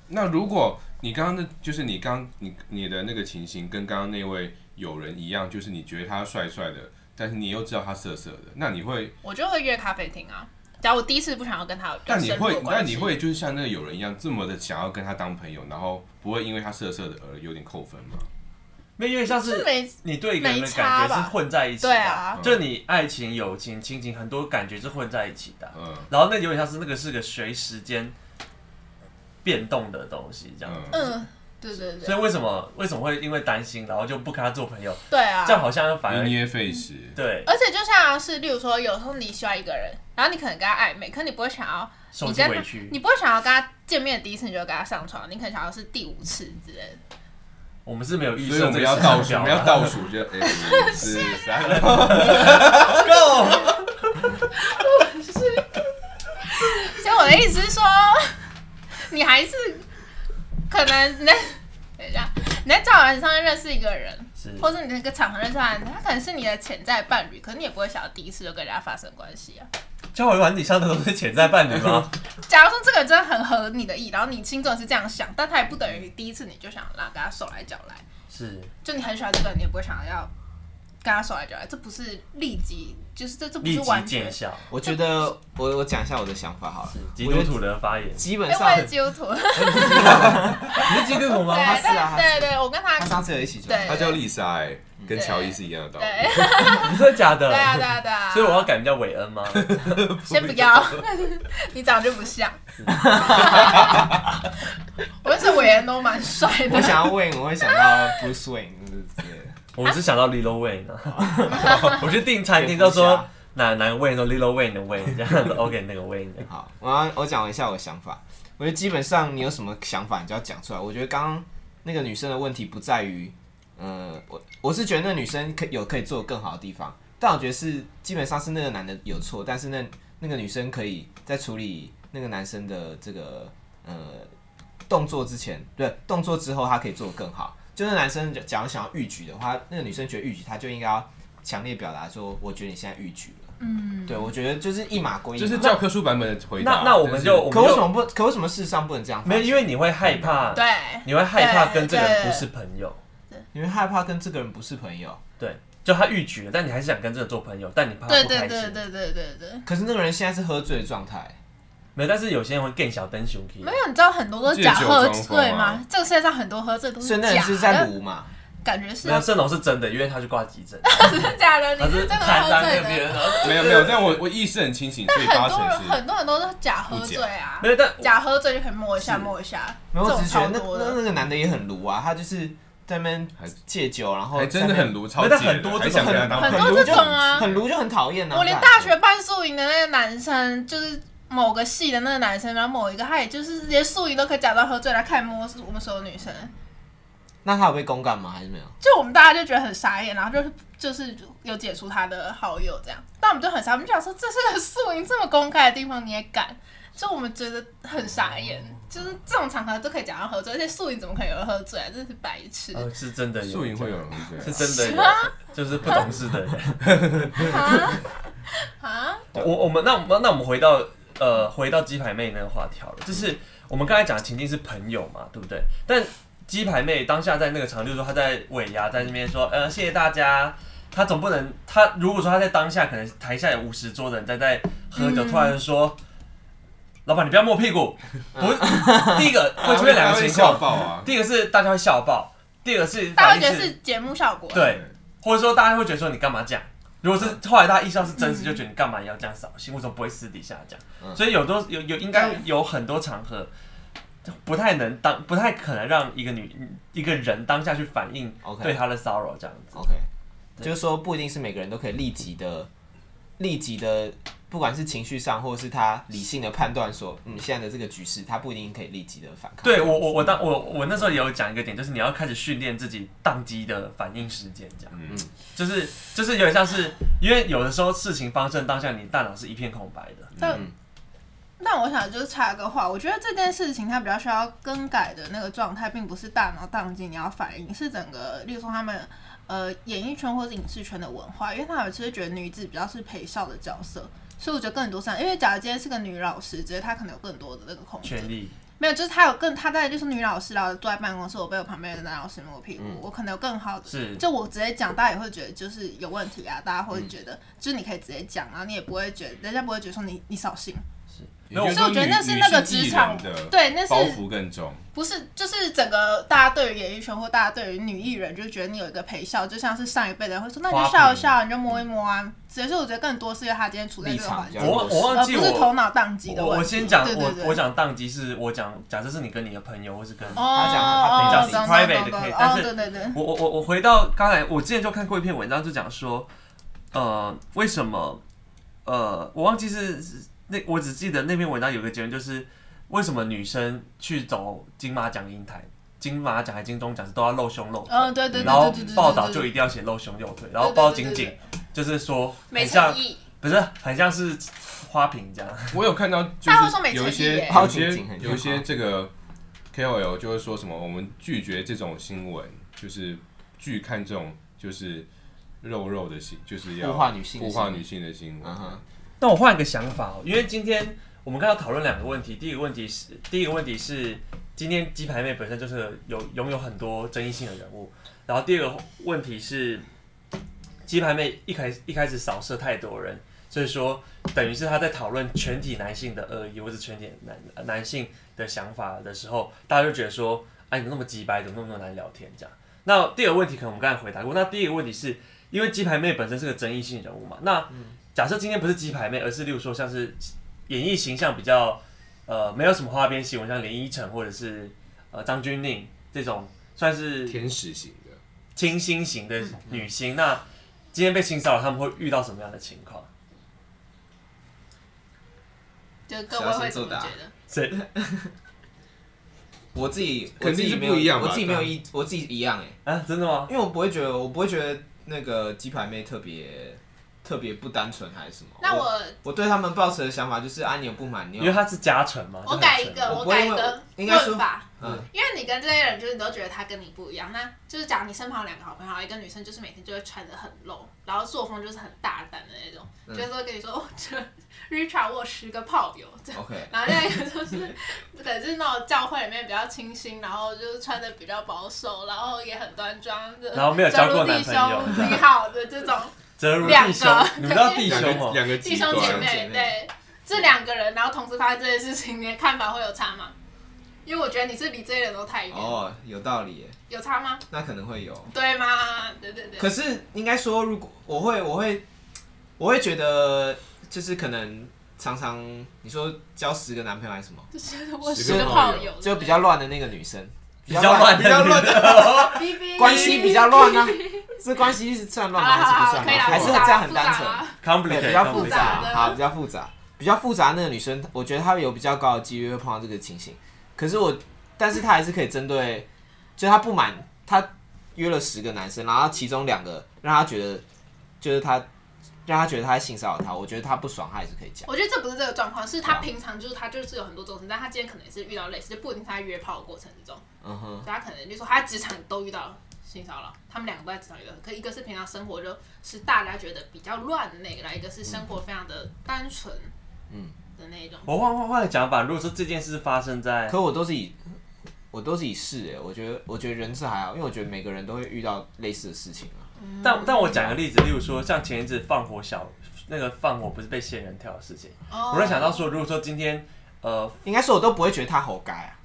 B: 那如果你刚刚的，就是你刚你你的那个情形跟刚刚那位友人一样，就是你觉得他帅帅的，但是你又知道他色色的，那你会，
C: 我就会约咖啡厅啊。假如我第一次不想要跟他有比较
B: 但你
C: 深入的
B: 会，
C: 关
B: 但
C: 系
B: 你会就是像那个友人一样，这么的想要跟他当朋友，然后不会因为他色色的而有点扣分吗？
A: 没有因为像
C: 是
A: 是
C: 没
A: 你对一个人的
C: 没差
A: 感觉
C: 吧
A: 是混在一起的，
C: 对啊
A: 就你爱情、友情、亲情很多感觉是混在一起的啊。
B: 嗯
A: 然后那有点像是那个是个随时间变动的东西这样。
B: 嗯，
C: 嗯，对对
A: 所
C: 对，
A: 以为什么为什么会因为担心，然后就不跟他做朋友？
C: 对啊
A: 这。样好像反
B: 因
A: 而
B: 噎废食，
A: 对
C: 而且就像是，例如说，有时候你喜欢一个人，然后你可能跟他暧昧，可你不会想要，
A: 受
C: 你
A: 之
C: 跟
A: 委
C: 他，
A: 屈。
C: 你不会想要跟他见面的第一次你就跟他上床，你可能想要是第五次之类的。
A: 我们是没有预
B: 所以
A: 设
B: 我
A: 这
B: 们
A: 个
B: 要
A: 时
B: 倒
A: 间
B: 数，
A: 表
B: 我
A: 啊，
B: 们要倒数，就哎，五四三，
A: Go！
C: 所以我的意思是说，你还是可能 你在等一下，你在交友软件上面认识一个人，
A: 是
C: 或者你在一个场合认识他的人，他可能是你的潜在伴侣，可是你也不会想要第一次就跟人家发生关系啊。
A: 交友软体上的都是潜在伴侣吗？
C: 假如说这个人真的很合你的意，然后你心中是这样想，但他也不等于第一次你就想让跟他手来脚来，
A: 是
C: 就你很喜欢这个人，你也不会想要跟他手来脚来，这不是立即，就是这这不
A: 立
C: 是
A: 即
C: 完全
A: 见。效，啊
D: 我觉得我我讲一下我的想法好了
A: 是，基
D: 我
A: 督
D: 觉
A: 徒
D: 得
A: 的发言。
D: 基本
C: 哎、
D: 上
C: 我也基督徒，对
A: 你是基督徒吗？
D: 他是啊
C: 对对对，我跟他
D: 他上次有一起就
C: 对
B: 他叫丽莎，哎，跟乔伊是一样的道理。
C: 嗯对
A: 你真的假的？
C: 对啊对啊对啊，
A: 所以我要改名叫韦恩 吗？
C: 先不要， 你长得就不像。我认识韦恩都蛮帅
D: 我
C: 的，
D: 想要 Wayne，我会想到 Bruce Wayne 之类的。
A: 我是想到 Lilo Wayne 呢。 我去订餐啊厅都说哪哪个 Wayne 都 Lilo Wayne 的 Wayne 这样子，OK 那个 Wayne 这 样
D: 好，我要我讲一下我的想法。我觉得基本上你有什么想法，你就要讲出来。我觉得刚刚那个女生的问题不在于，呃，我我是觉得那女生可有可以做得更好的地方，但我觉得是基本上是那个男的有错，但是那那个女生可以在处理那个男生的这个呃动作之前，对动作之后，他可以做得更好。就那男生假如想要欲举的话，那个女生觉得欲举，他就应该要强烈表达说，我觉得你现在欲举了。
C: 嗯，
D: 对，我觉得就是一码 归一码，
B: 就是教科书版本的回
A: 那
B: 答。
A: 那我们就
B: 但是
A: 我
D: 可
A: 们
D: 为
A: 就
D: 什么不？可为什么世上不能这样？
A: 没有，因为你会害怕，
C: 对，
A: 你会害怕
C: 对
A: 跟这个人
C: 对
A: 不是朋友，
D: 你会害怕跟这个人不是朋友，
A: 对，就他欲举了，但你还是想跟这个做朋友，但你怕他
C: 对
A: 不
C: 对
A: 开
C: 对
A: 心。
C: 对对对对。
D: 可是那个人现在是喝醉的状态。
A: 没有，但是有些人会更小灯熊 K，
C: 没有，你知道很多都是假喝
B: 借酒装疯
C: 醉
B: 啊
C: 吗？这个世界上很多喝醉都
D: 所以
C: 是
D: 那人
C: 嗯假
D: 是在
C: 的，
D: 撸嘛？
C: 感觉是
A: 没有郑龙是真的，因为他去挂急诊，
C: 真的假的？
A: 他
C: 你
A: 是
C: 真的
A: 邯郸
C: 喝
A: 那
C: 醉
A: 边
C: 的？
A: 的。
B: 没有没有，但我我意识很清醒，
C: 但
B: 所以八
C: 很
B: 成
C: 多人
B: 是
C: 很多人都是假喝醉啊
A: 没，有，但
C: 假喝醉就可以摸一下摸一下，
D: 没
C: 这
D: 有，我只
C: 种
D: 是觉
C: 超
D: 得那
C: 多
D: 那
C: 的。
D: 那个男的也很鲁啊，他就是在那边
B: 还
D: 戒酒，然后
B: 还真的
D: 在
B: 很
D: 那边
B: 卢超
A: 没有但
B: 姐
A: 哦
B: 的，
A: 很多
B: 还
A: 这种
B: 想跟他
A: 很
B: 当
C: 很
B: 朋
C: 多
B: 友。
C: 这种啊，
D: 很卢就很讨厌啊。
C: 我连大学办宿营的那个男生，就是某个系的那个男生，然后某一个他也就是连宿营都可以假装喝醉来看摸我们所有女生，
D: 那他有被公干吗？还是没有？
C: 就我们大家就觉得很傻眼，然后就是就是有解除他的好友这样，但我们就很傻，我们就想说这是个宿营这么公开的地方你也敢，就我们觉得很傻眼，就是这种场合都可以假装喝醉，而且宿营怎么可以有人喝醉啊，真是白痴。
A: 呃是真的有
B: 宿营会有人
A: 是
B: 喝醉啊，
A: 真的有，就是不懂事的人。
C: 啊 啊！
A: 我我们那我们那我们回到呃回到鸡排妹那个话题好了，就是我们刚才讲的情境是朋友嘛，对不对？但鸡排妹当下在那个场，就是说她在尾牙在那边说，呃，谢谢大家。她总不能，她如果说她在当下可能台下有五十桌的人在在喝酒，
C: 嗯
A: 突然说，老板你不要摸屁股，不，第一个会出现两个情
B: 笑
A: 况，
B: 爆啊！
A: 第一个是大家会笑爆，第二个是
C: 大
A: 反
C: 家会
A: 应
C: 觉得
A: 是
C: 是节目效果，
B: 啊
A: 对，或者说大家会觉得说你干嘛这样？如果
D: 嗯
A: 是后来大家意识到是真实，就觉得你干嘛也要这样扫兴？为什么不会私底下讲？
D: 嗯
A: 所以有多有有应该有很多场合，不太能当不太可能让一个女一个人当下去反应
D: OK
A: 对她的骚扰这样子。
D: OK，
A: 对
D: 就是说不一定是每个人都可以立即的、立即的，不管是情绪上，或者是他理性的判断说，嗯，现在的这个局势，他不一定可以立即的反抗。
A: 对我我我当我我那时候也有讲一个点，就是你要开始训练自己宕机的反应时间，这样，
B: 嗯
A: 就是就是有点像是因为有的时候事情发生当下，你大脑是一片空白的，
C: 但
D: 嗯
C: 但我想就是插个话，我觉得这件事情它比较需要更改的那个状态，并不是大脑宕机你要反应，是整个，例如说他们呃演艺圈或者影视圈的文化，因为他们其实觉得女子比较是陪笑的角色，所以我觉得更多是这样，因为假如今天是个女老师，直接她可能有更多的那个空间
A: 权。力
C: 没有，就是她有更，她在就是女老师，然后坐在办公室，我被我旁边的男老师摸屁股，我可能有更好的，
A: 是
C: 就我直接讲，大家也会觉得就是有问题啊，大家会觉得、就是你可以直接讲，然啊后你也不会觉得，人家不会觉得说你你扫兴。
B: 也就是
C: 所以我觉得
B: 女
C: 那是那个
B: 女性艺
C: 职场
B: 人的
C: 对那是
B: 包袱更重。
C: 不是，就是整个大家对于演艺圈或大家对于女艺人，就觉得你有一个陪笑，就像是上一辈的人会说，那你就笑一笑，你就摸一摸啊。只是我觉得更多是因为他今天处在这个环境，
D: 立场
A: 我我
C: 而
A: 忘
C: 不
A: 记
C: 是
A: 我
C: 头脑宕机的
A: 我
C: 问题。
A: 我先讲，
C: 对对对
A: 我我讲宕机是我讲，假设是你跟你的朋友或是跟、
C: 哦
D: 他讲他
C: 哦
D: 陪，
A: 讲
C: 懂
A: private
C: 懂懂
A: 可以
C: 懂
A: 但
C: 哦，
A: 是
C: 对对对，
A: 我我我我回到刚才，我之前就看过一篇文章，就讲说，呃，为什么呃，我忘记是是那我只记得那篇文章有个结论，就是为什么女生去走金马奖银台、金马奖还金钟奖是都要露胸露腿，
C: 嗯对对对
A: 然后
C: 对对对，
A: 报道就一定要写露胸露腿，然后包紧紧，就是说
C: 没
A: 很像
C: 诚意，
A: 不是很像是花瓶这样，
B: 我有看到，就
C: 大家会说美
B: 是有一
C: 诚意
B: 些
C: 耶
B: 有
D: 好
B: 一
D: 紧
B: 些
D: 紧很
B: 有一些这个 KOL 就会说什么，我们拒绝这种新闻，就是拒看这种就是肉肉的新，就是要
D: 物化女性的
B: 物
D: 新闻
B: 化女性的新闻
D: 嗯。哼，
A: 那我换一个想法哦，因为今天我们刚刚讨论两个问题，第一个问题是，第一个问题是，今天鸡排妹本身就是有拥有很多争议性的人物，然后第二个问题是，鸡排妹一开一开始扫射太多人，所以说等于是她在讨论全体男性的恶意或者全体男呃男性的想法的时候，大家就觉得说，哎，你们那么鸡掰，怎么那么难聊天这样？那第二个问题可能我们刚才回答过，那第一个问题是因为鸡排妹本身是个争议性人物嘛，那假设今天不是鸡排妹，而是例如说像是演艺形象比较呃没有什么花边新闻，像林依晨或者是呃张钧甯这种算是
B: 天使型的，
A: 清新型的
C: 嗯
A: 女星，那今天被性骚扰，他们会遇到什么样的情况？
C: 就各位会怎么觉
A: 啊
D: 小
C: 得？
A: 谁
D: 我自己我
B: 肯
D: 自
B: 定
D: 己
B: 是
D: 没有
B: 不一样吧啊
D: 我自己没有一，我自己一样哎、
A: 啊？真的吗？
D: 因为我不会觉得，我不会觉得那个鸡排妹特别特别不单纯还是什么。
C: 那
D: 我
C: 我
D: 我对他们抱持的想法就是，啊，你有不满，你
A: 因为
D: 有
A: 她是加成嘛。
C: 我
A: 就很
C: 改一
A: 纯
C: 个，
D: 我
C: 我
D: 不会
C: 改一
D: 因为
C: 个
D: 应该说
C: 论法。
D: 嗯
C: 因为你跟这些人，就是你都觉得他跟你不一样，那就是假如你身旁有两个好朋友，一个女生就是每天就会穿的很露，然后作风就是很大胆的那种，
D: 嗯
C: 就是会跟你说，哦，这 Richard 我有十个炮友这样。
A: 哦
D: OK，
C: 然后另外一个就是，可能就是那种教会里面比较清新，然后就是穿的比较保守，然后也很端庄的，
A: 然后没有交过 男朋友
C: 走入弟兄你好的这种
A: 折如
C: 两
A: 弟
C: 个
A: 兄，你们知道弟
B: 两
A: 兄哦
B: 个
A: 吗？
B: 两个
C: 弟
B: 极
C: 兄
B: 端
C: 姐
D: 姐妹
C: 妹，对，这两个人，然后同时发生这件事情，你的看法会有差吗？因为我觉得你是离这些人都太远，
D: 哦，有道理耶，
C: 有差吗？
D: 那可能会有。
C: 对吗？对对对。
D: 可是应该说，如果我会，我会，我会觉得，就是可能常常你说交十个男朋友还是什么，
C: 就是我
B: 十
C: 是
B: 个
C: 个
B: 炮
C: 炮
B: 友
C: 友，
D: 就比较乱的那个女生，
A: 比较乱
D: 比较乱的
C: 哔哔
D: 关系比较乱啊，这关系是算乱吗？
C: 好
D: 还
C: 啦
D: 是不
C: 好啦
D: 算
C: 可以啦
D: 吗？还是
C: 复杂
D: 这样很
C: 复杂啊
D: 单纯？
C: 啦
D: 对，
A: complicated，
D: 比较复
C: 杂
D: 杂，
C: 的
D: 好，比较复杂，比较复杂。那个女生，我觉得她有比较高的几率会碰到这个情形。可是我，但是她还是可以针对，就她不满，她约了十个男生，然后其中两个让她觉得，就是她让她觉得她在性骚扰她，我觉得她不爽，她还是可以讲。
C: 我觉得这不是这个状况，是
D: 对
C: 他
D: 啊
C: 平常就是他就是有很多种事，但他今天可能也是遇到类似，就不一定是他约炮的过程之中，
D: 嗯哼
C: 所，以他可能就说他职场都遇到性骚扰，他们两个都在职场遇到，可一个是平常生活就是大家觉得比较乱的那个，来一个是生活非常的单纯，
D: 嗯
C: 的那一种。
A: 我换换换个讲法，如果说这件事发生在
D: 可我都是以。我都是以事哎、我觉得我觉得人是还好，因为我觉得每个人都会遇到类似的事情啊。
A: 但但我讲个例子，例如说像前一阵放火小那个放火不是被仙人跳的事情，
C: 哦
A: 我在想到说，如果说今天呃
D: 应该说，我都不会觉得他活该啊。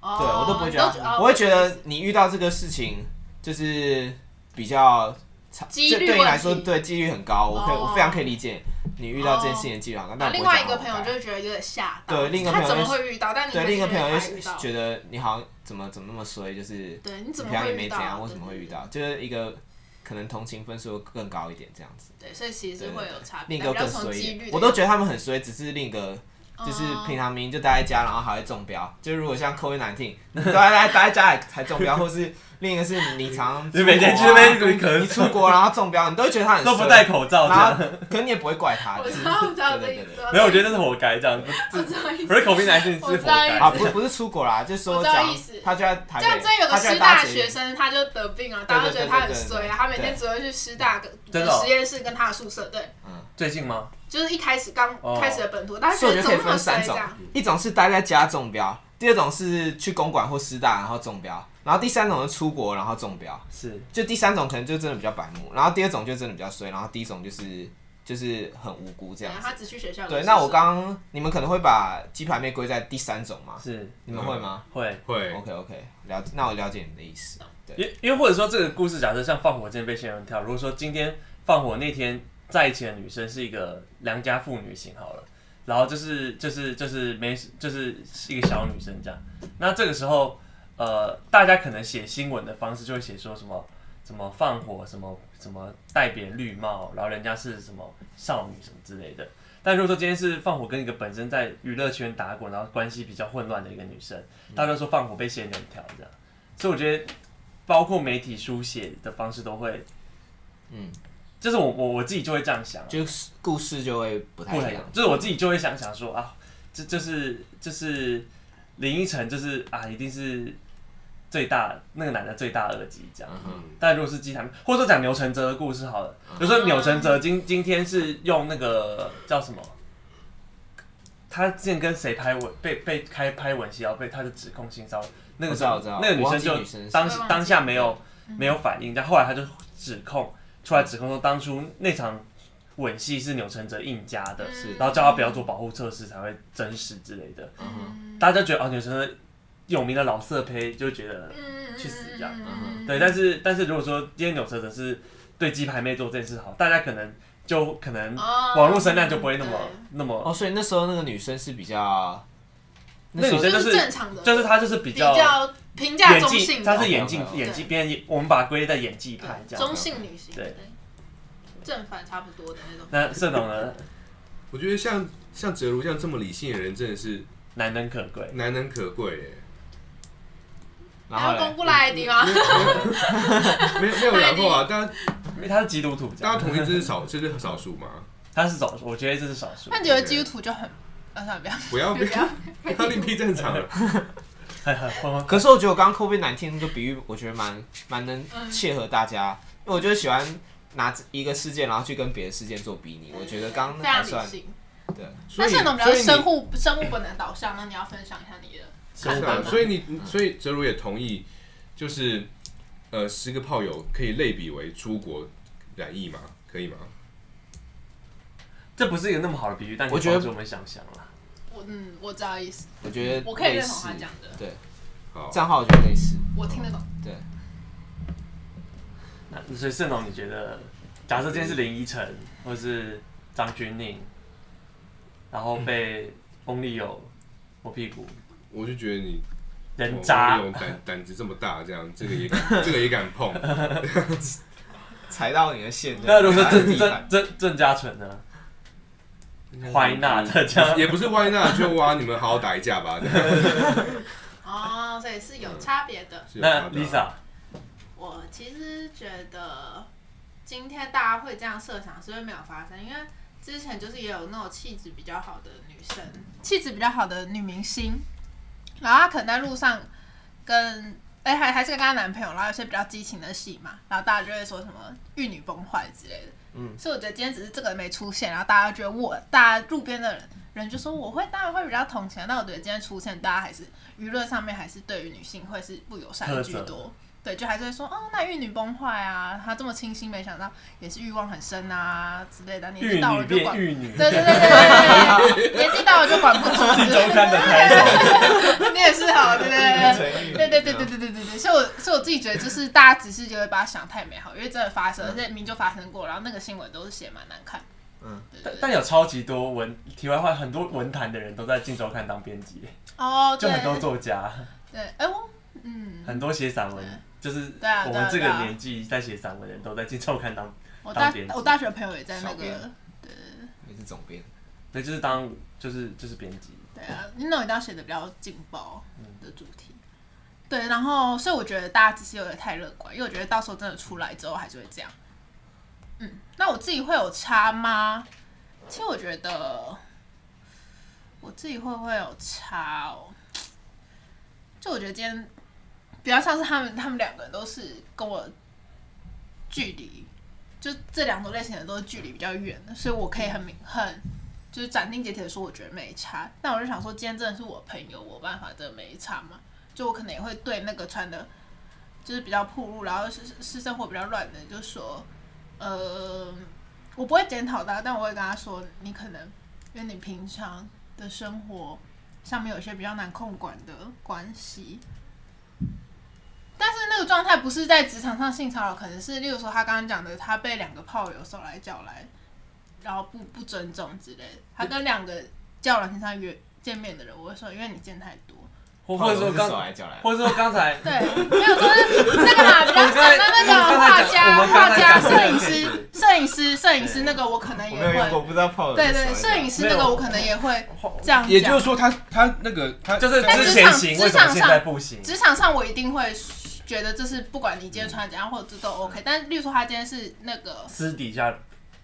C: 哦
D: 对我都不会觉
C: 你
D: 得
C: 都
D: 他，我会觉得你遇到这个事情就是比较常，
C: 几
D: 这
C: 率
D: 对你
C: 问
D: 来说
C: 题
D: 对几率很高，我可以
C: 哦
D: 我非常可以理解你遇到这件事情的几率很高，
C: 然
D: 但
C: 后另
D: 我不会
C: 外
D: 讲
C: 一个朋友
D: 活该
C: 就会觉得有点吓到，
D: 对另一个朋友
C: 他怎么
D: 就
C: 会遇到？但你
D: 对
C: 还
D: 另一个
C: 是
D: 朋友
C: 会遇到
D: 就觉得你好像怎么怎么那么衰，就是
C: 对，你
D: 你
C: 怎
D: 平
C: 么
D: 常也
C: 会
D: 没
C: 遇到
D: 怎
C: 啊？
D: 样，为什么会遇到？就是一个可能同情分数更高一点这样子，
C: 对？对，所以其实是
D: 对对
C: 会有差别，
D: 另一个
C: 但
D: 更
C: 比较从
D: 衰一
C: 几率
D: 点
C: 的，
D: 我都觉得他们很衰，只是另一个。就是
C: 嗯
D: 平常明明就待在家，然后还会中标。就如果像 COVID 1 9你待待待在家里才中标，或是另一个是你 常常
A: 你每天
D: 出
A: 去
D: 国
A: 那
D: 啊
A: 边咳
D: 你出
A: 嗽
D: 国然后中标，你都会觉得他 很
A: 都不
D: 衰
A: 戴，口罩这
D: 然后
A: 样，
D: 可能你也不会怪他。
C: 我
D: 就是
C: 知道， 我知道这
D: 对
C: 一
D: 对对
C: 招，
A: 没有，我觉得这是活该这样，
C: 我知道意思
A: 不是口鼻男性是
C: 我
A: 活
C: 知道意
A: 该
C: 思。
D: 啊，不不是出国啦，就是
C: 我
D: 说
C: 知道
D: 讲
C: 意思
D: 他就在台
C: 这样
D: 北，
C: 真有个
D: 他就在
C: 师
D: 搭
C: 大
D: 捷
C: 学
D: 运，
C: 生，他就得病了，大家都觉得他很衰啊。他每天只会去师大跟
A: 真的哦
C: 实验室跟他的宿舍，对，
A: 最近吗？
C: 就是一开始刚
A: 哦
C: 开始的本土，大家
D: 所
C: 觉
D: 以我
C: 得
D: 觉
C: 怎
D: 得可以
C: 么那么
D: 分
C: 衰
D: 三
C: 这
D: 种
C: 样？，
D: 一种是待在家中标，第二种是去公馆或师大然后中标，然后第三种是出国然后中标。
A: 是
D: 就第三种可能就真的比较白目，然后第二种就真的比较衰，然后第一种就是就是很无辜这样
C: 然后
D: 子。
C: 啊哎他只去学校。
D: 对，那我刚刚你们可能会把鸡排妹归在第三种吗？
A: 是
D: 你们会吗、
A: 会。
B: 会
D: o k OK，了解，那我了解你们的意思。
C: 哦
D: 对，
A: 因因为或者说这个故事，假设像放火之前被仙人跳，如果说今天放火那天在一起的女生是一个良家妇女型好了，然后就是就是就是没就是一个小女生这样，那这个时候呃，大家可能写新闻的方式就会写说什么什么放火什么什么戴别人绿帽，然后人家是什么少女什么之类的。但如果说今天是放火跟一个本身在娱乐圈打滚，然后关系比较混乱的一个女生，大家都说放火被仙人跳这样，所以我觉得包括媒体书写的方式都会，
D: 嗯，
A: 就是我我我自己就会这样想啊，
D: 就是故事就会不太
A: 不
D: 一
A: 太
D: 样。
A: 就是我自己就会想想说啊，这就是就是林依晨就是啊，一定是最大那个男的最大恶极这样。
D: 嗯哼，
A: 但如果是鸡汤，或者说讲钮承泽的故事好了，
D: 哦
A: 比如说钮承泽今今天是用那个叫什么？他之前跟谁拍吻，被被开拍吻戏，然后被他就指控性骚扰，那个时
D: 我
A: 候
D: 知道我知道
A: 那个女生
D: 我
A: 就
D: 忘记女生是嗯
A: 当
C: 谁
A: 当下没有没有反应，但后来他就指控出来指控说，当初那场吻戏是钮承泽硬加的，
D: 是
A: 然后叫他不要做保护测试才会真实之类的，
D: 嗯哼，
A: 大家觉得哦钮承泽有名的老色胚，就觉得
C: 嗯
A: 去死这样
D: 嗯
A: 对，但是但是如果说今天扭车者是对鸡排妹做这件事好，大家可能就可能
C: 哦
A: 网络声量就不会那么、
C: 对
A: 那么，
D: 哦，所以那时候那个女生是比较，
A: 那女
D: 时
A: 生就
D: 候
C: 哦就是是正常的
A: 就是她就是比
C: 比
A: 较
C: 较评价
A: 演
C: 中
A: 技，
C: 性
A: 她
C: 的，
A: 是演技
D: OK，OK，OK
A: 演技边演，我们把它归类在演技派这样。
C: 中性女型，
A: 对，
C: 正反差不多的那种。
A: 那社董呢，
B: 我觉得像像哲如像这么理性的人，真的是
A: 难能可贵。
B: 难能可贵 耶。
D: 然
C: 还
D: 后
C: 要公
D: 嘞
C: 布赖迪吗？
B: 没有没有没有然后啊，大家
A: 因为他是基督徒，
B: 大家同意这是少这是少数嘛？
A: 他是少数，我觉得这是少数
C: 那，你觉得基督徒就很，啊，算了，不要，
B: 不要不
C: 不要
B: 要，不要另辟战场了。
A: 很很混混
D: 可是我觉得我刚刚 COVID 1 9那个比喻，我觉得蛮蛮能
C: 嗯
D: 切合大家，因为我就喜欢拿一个事件，然后去跟别的事件做比拟。我觉得刚刚
C: 非
D: 那还
C: 常
D: 算
C: 理性。
D: 对。
B: 所
C: 那
B: 以
C: 现在我们
B: 所
C: 聊
B: 以你
C: 生物生物本能导向，那你要分享一下你的看
B: 是
C: 法
B: 啊，
C: 吗？
B: 所以你所以哲如也同意，就是呃，十个炮友可以类比为出国染疫吗？可以吗？
A: 这不是一个那么好的比喻，但可以
D: 我觉得
A: 帮助我们想象了。啊
C: 我嗯，我知道意思，
D: 我觉得
C: 我可以
D: 类
C: 认同
D: 似
C: 他讲的，
B: 好，
D: 账号，我觉得类似。
C: 我听得懂。
A: 那所以盛龙，你觉得假设今天是林依晨或是张钧甯，然后被翁立友摸屁股，
B: 我就觉得你
A: 人
B: 我
A: 渣
B: 有，胆胆子这么大，这样这 个也敢，这个也敢碰，
D: 踩到你的线。
A: 那如果是郑
D: 地板
A: 郑郑郑嘉纯呢？怀纳特这样，
B: 也不是歪那，就挖你们好好打一架 吧。这样
C: 哦，所以是有差别的。
B: 是有
A: 那
B: 差的啊
A: Lisa
C: 我其实觉得今天大家会这样设想，是因为没有发生，因为之前就是也有那种气质比较好的女生，气质比较好的女明星，然后她可能在路上跟哎、还还是跟她男朋友，然后有些比较激情的戏嘛，然后大家就会说什么玉女崩坏之类的。
A: 嗯，
C: 所以我觉得今天只是这个没出现，然后大家觉得我，大家路边的人人就说我会，当然会比较同情。但我觉得今天出现，大家还是舆论上面还是对于女性会是不友善的居
A: 苛
C: 多。对，就还是会说，哦，那玉女崩坏啊，她这么清新，没想到也是欲望很深啊之类的。年纪
A: 玉
C: 到
A: 女
C: 了就
A: 变
C: 管，
A: 玉女，
C: 对对对对对对对，年纪到了就管不住之
A: 是周
C: 类
A: 刊的开头，
C: 的，你也是好，对 对
D: 对
C: 对对。对对对对对对对对，所以我所以我自己觉得，就是大家只是觉得把它想太美好，因为真的发生，而且明就发生过，然后那个新闻都是写蛮难看。
D: 嗯
C: 对，对
A: 但
C: 对。
A: 但有超级多文题外话，很多文坛的人都在《镜周刊》当编辑，
C: 哦，
A: 就
C: 对
A: 很多作家，
C: 对，哎我嗯，
A: 很多写散文，就是
C: 对啊
A: 我
C: 对
A: 们
C: 啊
A: 这个
C: 对啊
A: 年纪在写散文的人都在《镜周刊》当，
C: 我
A: 当
C: 大
A: 编辑
C: 我大学朋友也在那
D: 小编
C: 个，对
D: 你是总编，
A: 对，就是当就是就是编辑。
C: 对啊，那种一定要写的比较劲爆的主题。对，然后所以我觉得大家只是有点太乐观，因为我觉得到时候真的出来之后还是会这样。嗯，那我自己会有差吗？其实我觉得我自己会不会有差哦？就我觉得今天比较像是他们，他们两个人都是跟我距离，就这两种类型的都是距离比较远的，所以我可以很明很就是斩钉截铁的说，我觉得没差。但我就想说，今天真的是我朋友，我有办法真的没差嘛？就我可能也会对那个穿的，就是比较暴露，然后是是生活比较乱的，就说，呃，我不会检讨他，但我会跟他说，你可能因为你平常的生活上面有一些比较难控管的关系。但是那个状态不是在职场上性骚扰，可能是例如说他刚刚讲的，他被两个炮友手来脚来，然后不不尊重之类的。他跟两个叫软件上约见面的人，我会说，因为你见太多。
A: 或或者说
D: 是啊手
A: 刚，
D: 来脚来，
A: 或者说刚才
C: 对，没有就是那个嘛，比较讲的那个画家、画家、摄影师、摄影师、摄影师那个，我可能
D: 我
C: 也
D: 没有用过，
C: 会。
D: 不知道泡。
C: 对对，摄影师那个我可能也会这样
B: 也就是
C: 讲。
B: 说他，他那个他
A: 就是
C: 但
A: 之
C: 职
A: 前
C: 场
A: 行，
C: 职
A: 为什么
C: 场
A: 现
C: 上
A: 在不行？
C: 职场上我一定会觉得，就是不管你今天穿怎样，或者这都 OK。但例如说他今天是那个
A: 私底下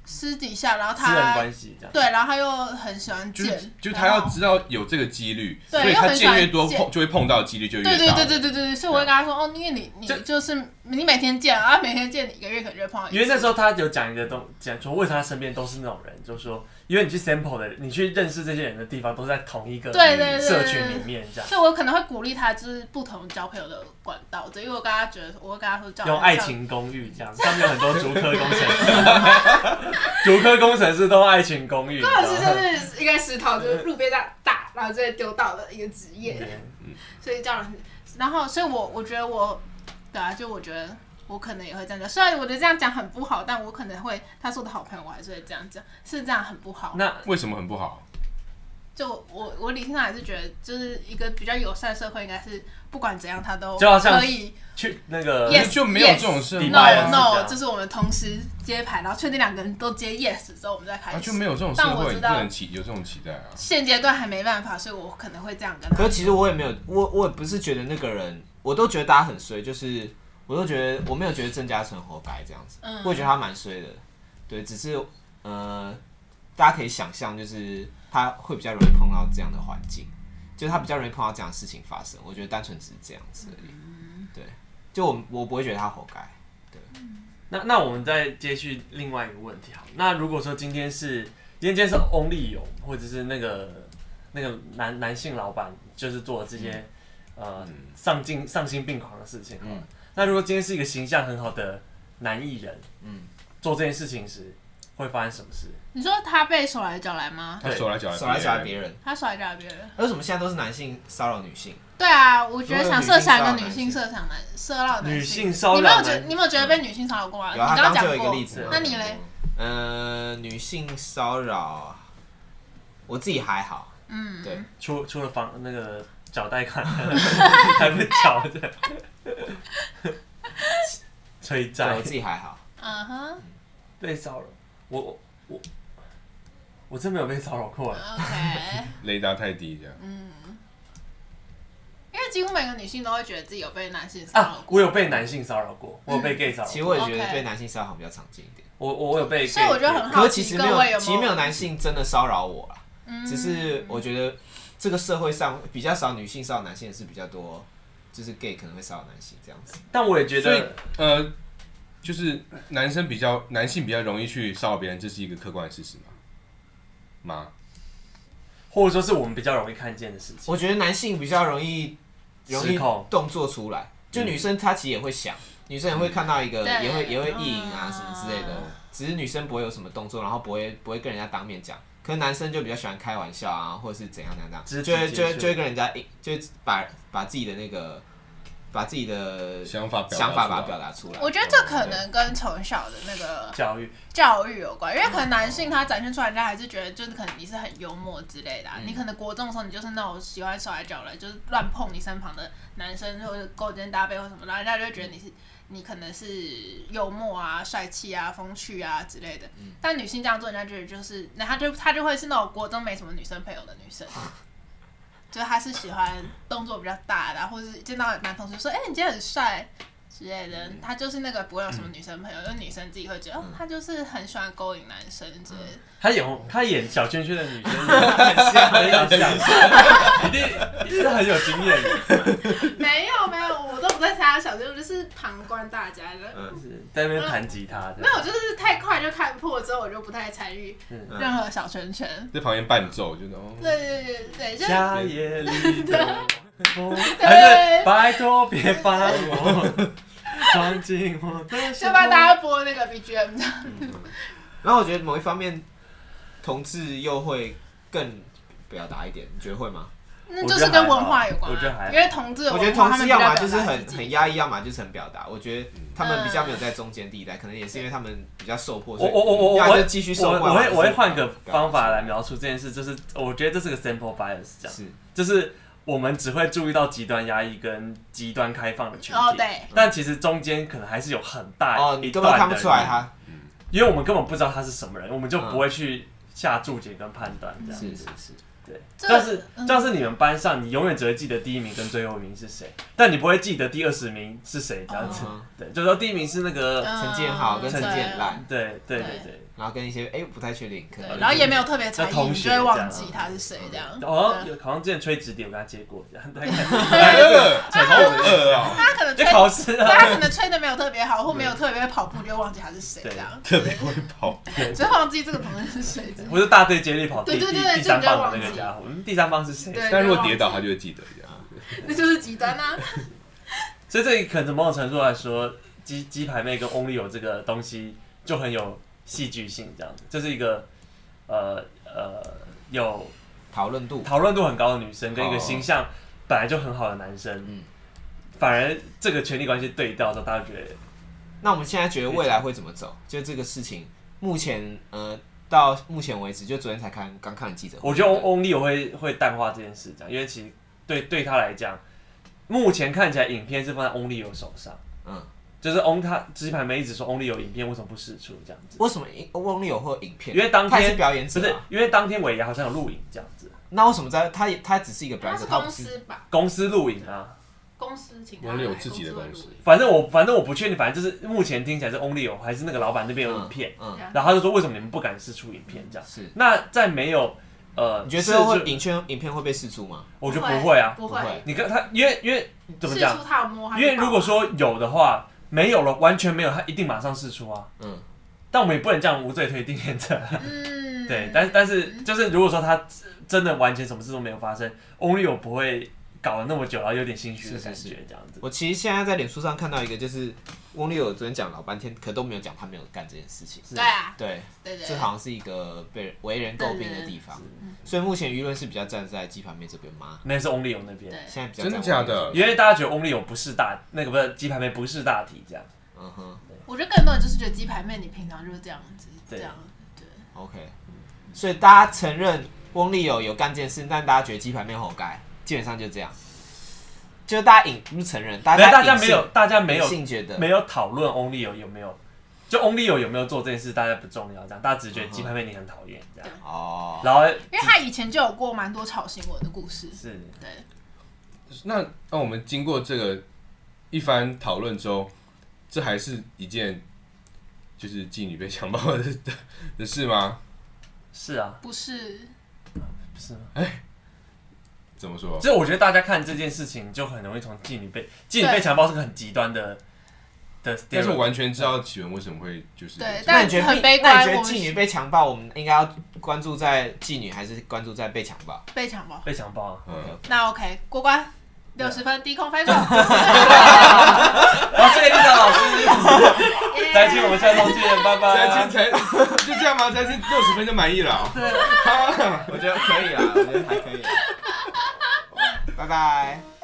C: 私底下，然后
A: 私人
C: 他
A: 关系这样。
C: 对，然后他又很喜欢
B: 就是
C: 见，
B: 就是他要知道有这个几率，所
C: 对
B: 以
C: 因为
B: 他
C: 很
B: 见越
C: 少
B: 多
C: 见
B: 碰就会碰到的几率就越大。
C: 对对对对对对，所以我会跟他说，哦，因为你你
A: 啊这
C: 就是你每天见，啊，每天见你一个月可能就会碰到一次。
A: 因为那时候他有讲一个东，讲说为什么他身边都是那种人，就说因为你去 sample 的人，你去认识这些人的地方都是在同一个嗯
C: 对对对对
A: 社群里面这样，
C: 所以我可能会鼓励他，就是不同交朋友的管道，对，因为我跟他觉得，我会跟他说交友
A: 用
C: 上
A: 爱， 情公寓这样，上面有很多竹科工程师， 竹科工程师都爱情公寓，
C: 或者
A: 你
C: 是
A: 知道吗
C: 就是一个石头，就是路边这样打，然后就会丢到的一个职业，所以这样，然后所以我我觉得我，对啊，就我觉得我可能也会这样讲，虽然我觉得这样讲很不好，但我可能会，他是我的好朋友，我还是会这样讲，是这样很不好。
A: 那
B: 为什么很不好？
C: 就我我理性上还是觉得，就是一个比较友善的社会，应该是不管怎样他都
A: 就好像呃
C: 可以。
A: 去那个
C: Yes
B: 就没有这种事
A: yes，
B: 吗
C: no
A: 拜拜
C: no，就是我们同时接牌，然后确定两个人都接 yes 之后，我们再开
B: 啊，
C: 始。
B: 就没有这种社
C: 但我
B: 会，
C: 知
B: 你不
C: 道
B: 能期有这种期待啊。
C: 现阶段还没办法，所以我可能会这样跟
D: 可
C: 他。
D: 是其实我也没有，我我也不是觉得那个人，我都觉得大家很衰，就是我都觉得我没有觉得郑嘉诚活该这样子，
C: 嗯
D: 我也觉得他蛮衰的，对，只是呃，大家可以想象，就是他会比较容易碰到这样的环境，就是他比较容易碰到这样的事情发生，我觉得单纯只是这样子而已，
C: 嗯
D: 对，就我我不会觉得他活该，
A: 那那我们再接续另外一个问题好了，那如果说今天是因为今天是 Only 有，或者是那个那个男男性老板，就是做这些、
D: 嗯
A: 呃丧尽丧心病狂的事情好了，那如果今天是一个形象很好的男艺人，
D: 嗯
A: 做这件事情时，会发生什么事？
C: 你说他被手来脚来吗？
B: 他手来脚来
D: 手来夹
B: 人，
D: 别人。
C: 他手来脚来别人？
D: 为什么现在都是男性骚扰女性？
C: 对啊，我觉得想设想
D: 如果有女性骚扰
C: 一个女性设想男骚扰男
A: 女性
C: 性，
A: 骚
C: 你没
A: 扰
C: 有觉
A: 男
C: 你没有觉得被女性骚扰过吗？你
D: 有啊，
C: 刚
D: 他
C: 刚
D: 刚刚
C: 讲
D: 就有一个
C: 过
D: 例，子嘛。
C: 那你嘞？
D: 呃，女性骚扰，我自己还好。
C: 嗯，
D: 对，
A: 出出了房那个脚带 看，还不脚的， 催
D: 对
A: 债
D: 我自己还好。
C: 嗯哼
A: 被骚扰，我我我我真没有被骚扰过，啊
C: ，OK，
B: 雷达太低这样。
D: 嗯
C: 因为几乎每个女性都会觉得自己有被男性骚扰
A: 啊！
C: 过，
A: 我有被男性骚扰过，我有被 gay 骚扰
D: 其
A: 过，
D: 实我也觉得
C: OK
D: 对男性骚扰好像比较常见一点。
A: 我我有被 gay，
C: 所以我觉得很
D: 可
C: 好
D: 是其
C: 奇
D: 实
C: 各
D: 没
C: 位有
D: 其实没
C: 没
D: 有
C: 有？
D: 男性真的骚扰我啦，
C: 嗯
D: 只是我觉得这个社会上比较少女性骚扰男性的是比较多，就是 gay 可能会骚扰男性这样子。
A: 但我也觉
B: 所以
A: 得
B: 呃，就是男生比较男性比较容易去骚扰别人，这是一个客观的事实吗？吗？
A: 或者说是我们比较容易看见的事情。
D: 我觉得男性比较容易容易
A: 失控
D: 动作出来，就女生她其实也会想，女生也会看到一个，
C: 嗯对
D: 也会也会意淫啊
C: 嗯
D: 什么之类的，只是女生不会有什么动作，然后不会不会跟人家当面讲。可是男生就比较喜欢开玩笑啊，或者是怎样怎样
A: 肢体
D: 怎样，就会就
A: 接
D: 会
A: 触
D: 就会跟人家，就会把把自己的那个把自己的
B: 想法表达
D: 想法
B: 出
D: 把它
B: 来
D: 表达出来。
C: 我觉得这可能跟从小的那个
A: 教育，
C: 教育有关，因为可能男性他展现出来，人家还是觉得就是可能你是很幽默之类的啊、你可能国中的时候，你就是那种喜欢手来脚来，就是乱碰你身旁的男生，或者勾肩搭背或什么，然后人家就会觉得你是你可能是幽默啊、帅气啊、风趣啊之类的。但女性这样做，人家觉得就是，那她就她就会是那种国中没什么女生朋友的女生。就是她是喜欢动作比较大的啊、或者是见到男同学说：“哎、你今天很帅。”之类的，
A: 嗯
C: 她就是那个不会有什么女生朋友，就女生自己会觉得，哦，她就是很喜欢勾引男生之类的。
A: 他演他演小圈圈的女生，很像很有像，一定一定是很有经验的，嗯
C: 没有没有，我都不在参加小节，我就是旁观大家的。
A: 就是在那边弹吉他的
C: 没。有，我就是太快就看破之后，我就不太参与
A: 嗯
C: 任何小圈圈。
B: 在旁边伴奏，就是哦，
C: 对对对对，就是
A: 家夜里的风，还是拜托别把 我装进我的心
C: 就帮大家播那个 BGM 这样。
D: 然后我觉得某一方面，同志又会更表达一点，你觉得会吗？
C: 那
A: 我
C: 就
A: 觉得
C: 是跟
A: 还
C: 文
A: 好
C: 化有关啊，
A: 我觉得还好
C: 因为同志的
D: 我
C: 文
D: 觉
C: 化，
D: 得同
C: 他
D: 志
C: 们
D: 要
C: 比较
D: 么
C: 表
D: 就是
C: 达
D: 很
C: 自己
D: 很压抑，要么就是很表达。我觉得他们比较没有在中间地带，可能也是因为他们比较受迫，
A: 我
D: 所以
A: 我我我我
D: 要
A: 我
D: 就继续受
A: 我我
D: 惯。要么
A: 会
D: 就是
A: 我会换个
D: 干嘛
A: 方法来描述这件事，就是我觉得这是个 sample bias，这样
D: 是
A: 就是我们只会注意到极端压抑跟极端开放的群体，
C: 哦对，
A: 但其实中间可能还是有很大
D: 哦，
A: 啊一
D: 你根本
A: 段
D: 看不
A: 的
D: 出来
A: 人
D: 他
A: 因为我们根本不知道他是什么人，我们就
D: 嗯
A: 不会去下注解跟判断这样。
D: 是是是，
A: 对，
C: 这
A: 但是
C: 嗯
A: 但是你们班上，你永远只会记得第一名跟最后一名是谁，但你不会记得第二十名是谁这样子。
C: 哦
D: 嗯
A: 对，就说第一名是那个，
D: 陈建豪跟陈建
C: 烂，
D: 烂，
A: 对对对
C: 嗯对
A: 对。
D: 然后跟一些哎不太确定，可
C: 对
D: 能
C: 然后也没有特别才
A: 就
C: 艺，
A: 同
C: 你
A: 学
C: 就会忘记他是谁这样。
A: 好像
C: 对
A: 哦有好像之前吹纸笛，我跟他接过这样， 大概
B: 哎呀好恶哦，
C: 他可能
A: 就
C: 吹，
A: 考试
C: 但他
A: 啊，
C: 可 能吹的没有特别好，或没有特别跑步，就忘记他是谁这样，
B: 特别会跑，
C: 就忘记这个同学是谁这样。
A: 不是大队接力跑第
C: 对
A: 第
C: 对对
A: 第
C: 对
A: 三
C: 这个
A: 棒的那
C: 忘
A: 个
C: 记
A: 家伙，嗯，第三棒是谁？
C: 对，
B: 但如
C: 就
B: 果
C: 忘
B: 跌倒，
C: 记
B: 他就会记得这
D: 啊
B: 样。
C: 那就是极端啊。
A: 所以这可能某种程度来说，鸡鸡排妹跟 Only 有这个东西就很有戏剧性，这样子，这是一个呃呃有
D: 讨论度
A: 讨论度很高的女生跟一个
B: 哦
A: 形象本来就很好的男生，
D: 嗯
A: 反而这个权力关系对调之后，大家觉得
D: 那我们现在觉得未来会怎么走？就这个事情，目前呃到目前为止，就昨天才看刚看了记者会，
A: 我觉得 Only 会会淡化这件事，这样，因为其实对对他来讲，目前看起来影片是放在 Only 有手上，
D: 嗯，
A: 就是 On 他鸡排妹一直说 Only 有影片为什么不释出这样子，
D: 为什么翁立友会有影片？
A: 因为当
D: 他也
A: 天
D: 是表演
A: 不
D: 者
A: 是
D: 啊，
A: 因为当天尾牙好像有录影这样子。
D: 那为什么在他也他只是一个表
C: 他
D: 演
C: 是
D: 者？他
C: 公
D: 不是
C: 司吧？
A: 公司录影啊，
C: 公司请他
B: 我
C: 来，
B: 们有自己的
C: 公
B: 公
C: 司
B: 司
C: 会录
A: 反正我反正我不确定，反正就是目前听起来是 Only 有还是那个老板那边有影片，
D: 嗯，
C: 嗯
A: 然后他就说为什么你们不敢试出影片这
C: 啊
A: 样？
D: 是。
A: 那在没有呃，
D: 你觉得最后
A: 试
D: 会
A: 出
D: 影片影片会被释出吗？
A: 我觉得
C: 不
A: 不会啊，
C: 不
D: 不
C: 会
D: 会。
A: 你看他，因为因为怎么
C: 试
A: 讲？
C: 出他有摸他
A: 因
C: 就
A: 为如果说有的话，没有了，完全没有，他一定马上试出啊。
D: 嗯，
A: 但我们也不能这样无罪推定 原则。
C: 报了嗯，
A: 对，但但是就是如果说他真的完全什么事都没有发生，Only 有不会搞了那么久，然后有点心虚的
D: 是是
A: 感
D: 是
A: 觉这样子。
D: 我其实现在在脸书上看到一个，就是翁立友昨天讲老半天，可都没有讲他没有干这件事情。
C: 对啊，
D: 对，
C: 对对
D: 这
C: 对，
D: 好像是一个被为人诟病的地方，所以目前舆论是比较站在鸡排妹这边吗？
A: 那是 Only 有那边，
C: 对
D: 现在比较
B: 真的
D: 站
B: 假
D: 翁立友
B: 的？
A: 因为大家觉得 Only 有不是大那个不是鸡排妹不是大题这样，
D: 这边？嗯哼
C: 我觉得更多人就是觉得鸡排妹你平常就是这样子，这
A: 对
C: 样对，
D: ，OK，所以大家承认翁立友有干这件事，但大家觉得鸡排妹活该，基本上就这样。就是大家隐不是承认，大
A: 没有
D: 家
A: 大家
D: 隐
A: 没
D: 性
A: 有大家没有
D: 隐性觉得
A: 没有讨论 Only 有有没有，就 Only 有有没有做这件事大家不重要这样，大家只是觉
D: 嗯
A: 得鸡排妹你很讨厌这样，
D: 哦，
A: 然后
C: 因为他以前就有过蛮多炒新闻的故事，
A: 是
C: 对，
B: 那那我们经过这个一番讨论之后，这还是一件就是妓女被强暴的的的事吗？
A: 是啊
C: 不是
A: 是吗？啊
B: 怎么说？
A: 就我觉得大家看这件事情就很容易从妓女被妓女被强暴是个很极端的的，
B: 但是我完全知道起源为什么会就是
C: 对
B: 这样
D: 那你觉得
C: 但很悲
D: 那你
C: 观
D: 觉得
C: 我们
D: 妓女被强暴，我们应该要关注在妓女，还是关注在被强暴？
C: 被强暴。
A: 被强暴啊，
B: 嗯，
C: 那 OK，过关六十分，低空飞 过。
A: 然 后谢谢丽莎老师，再见，我们下周见，拜拜，
B: 才才就这样吗？才是六十分就满意了哦、
D: 啊 我觉得可以啦，我觉得还可以啦。拜拜。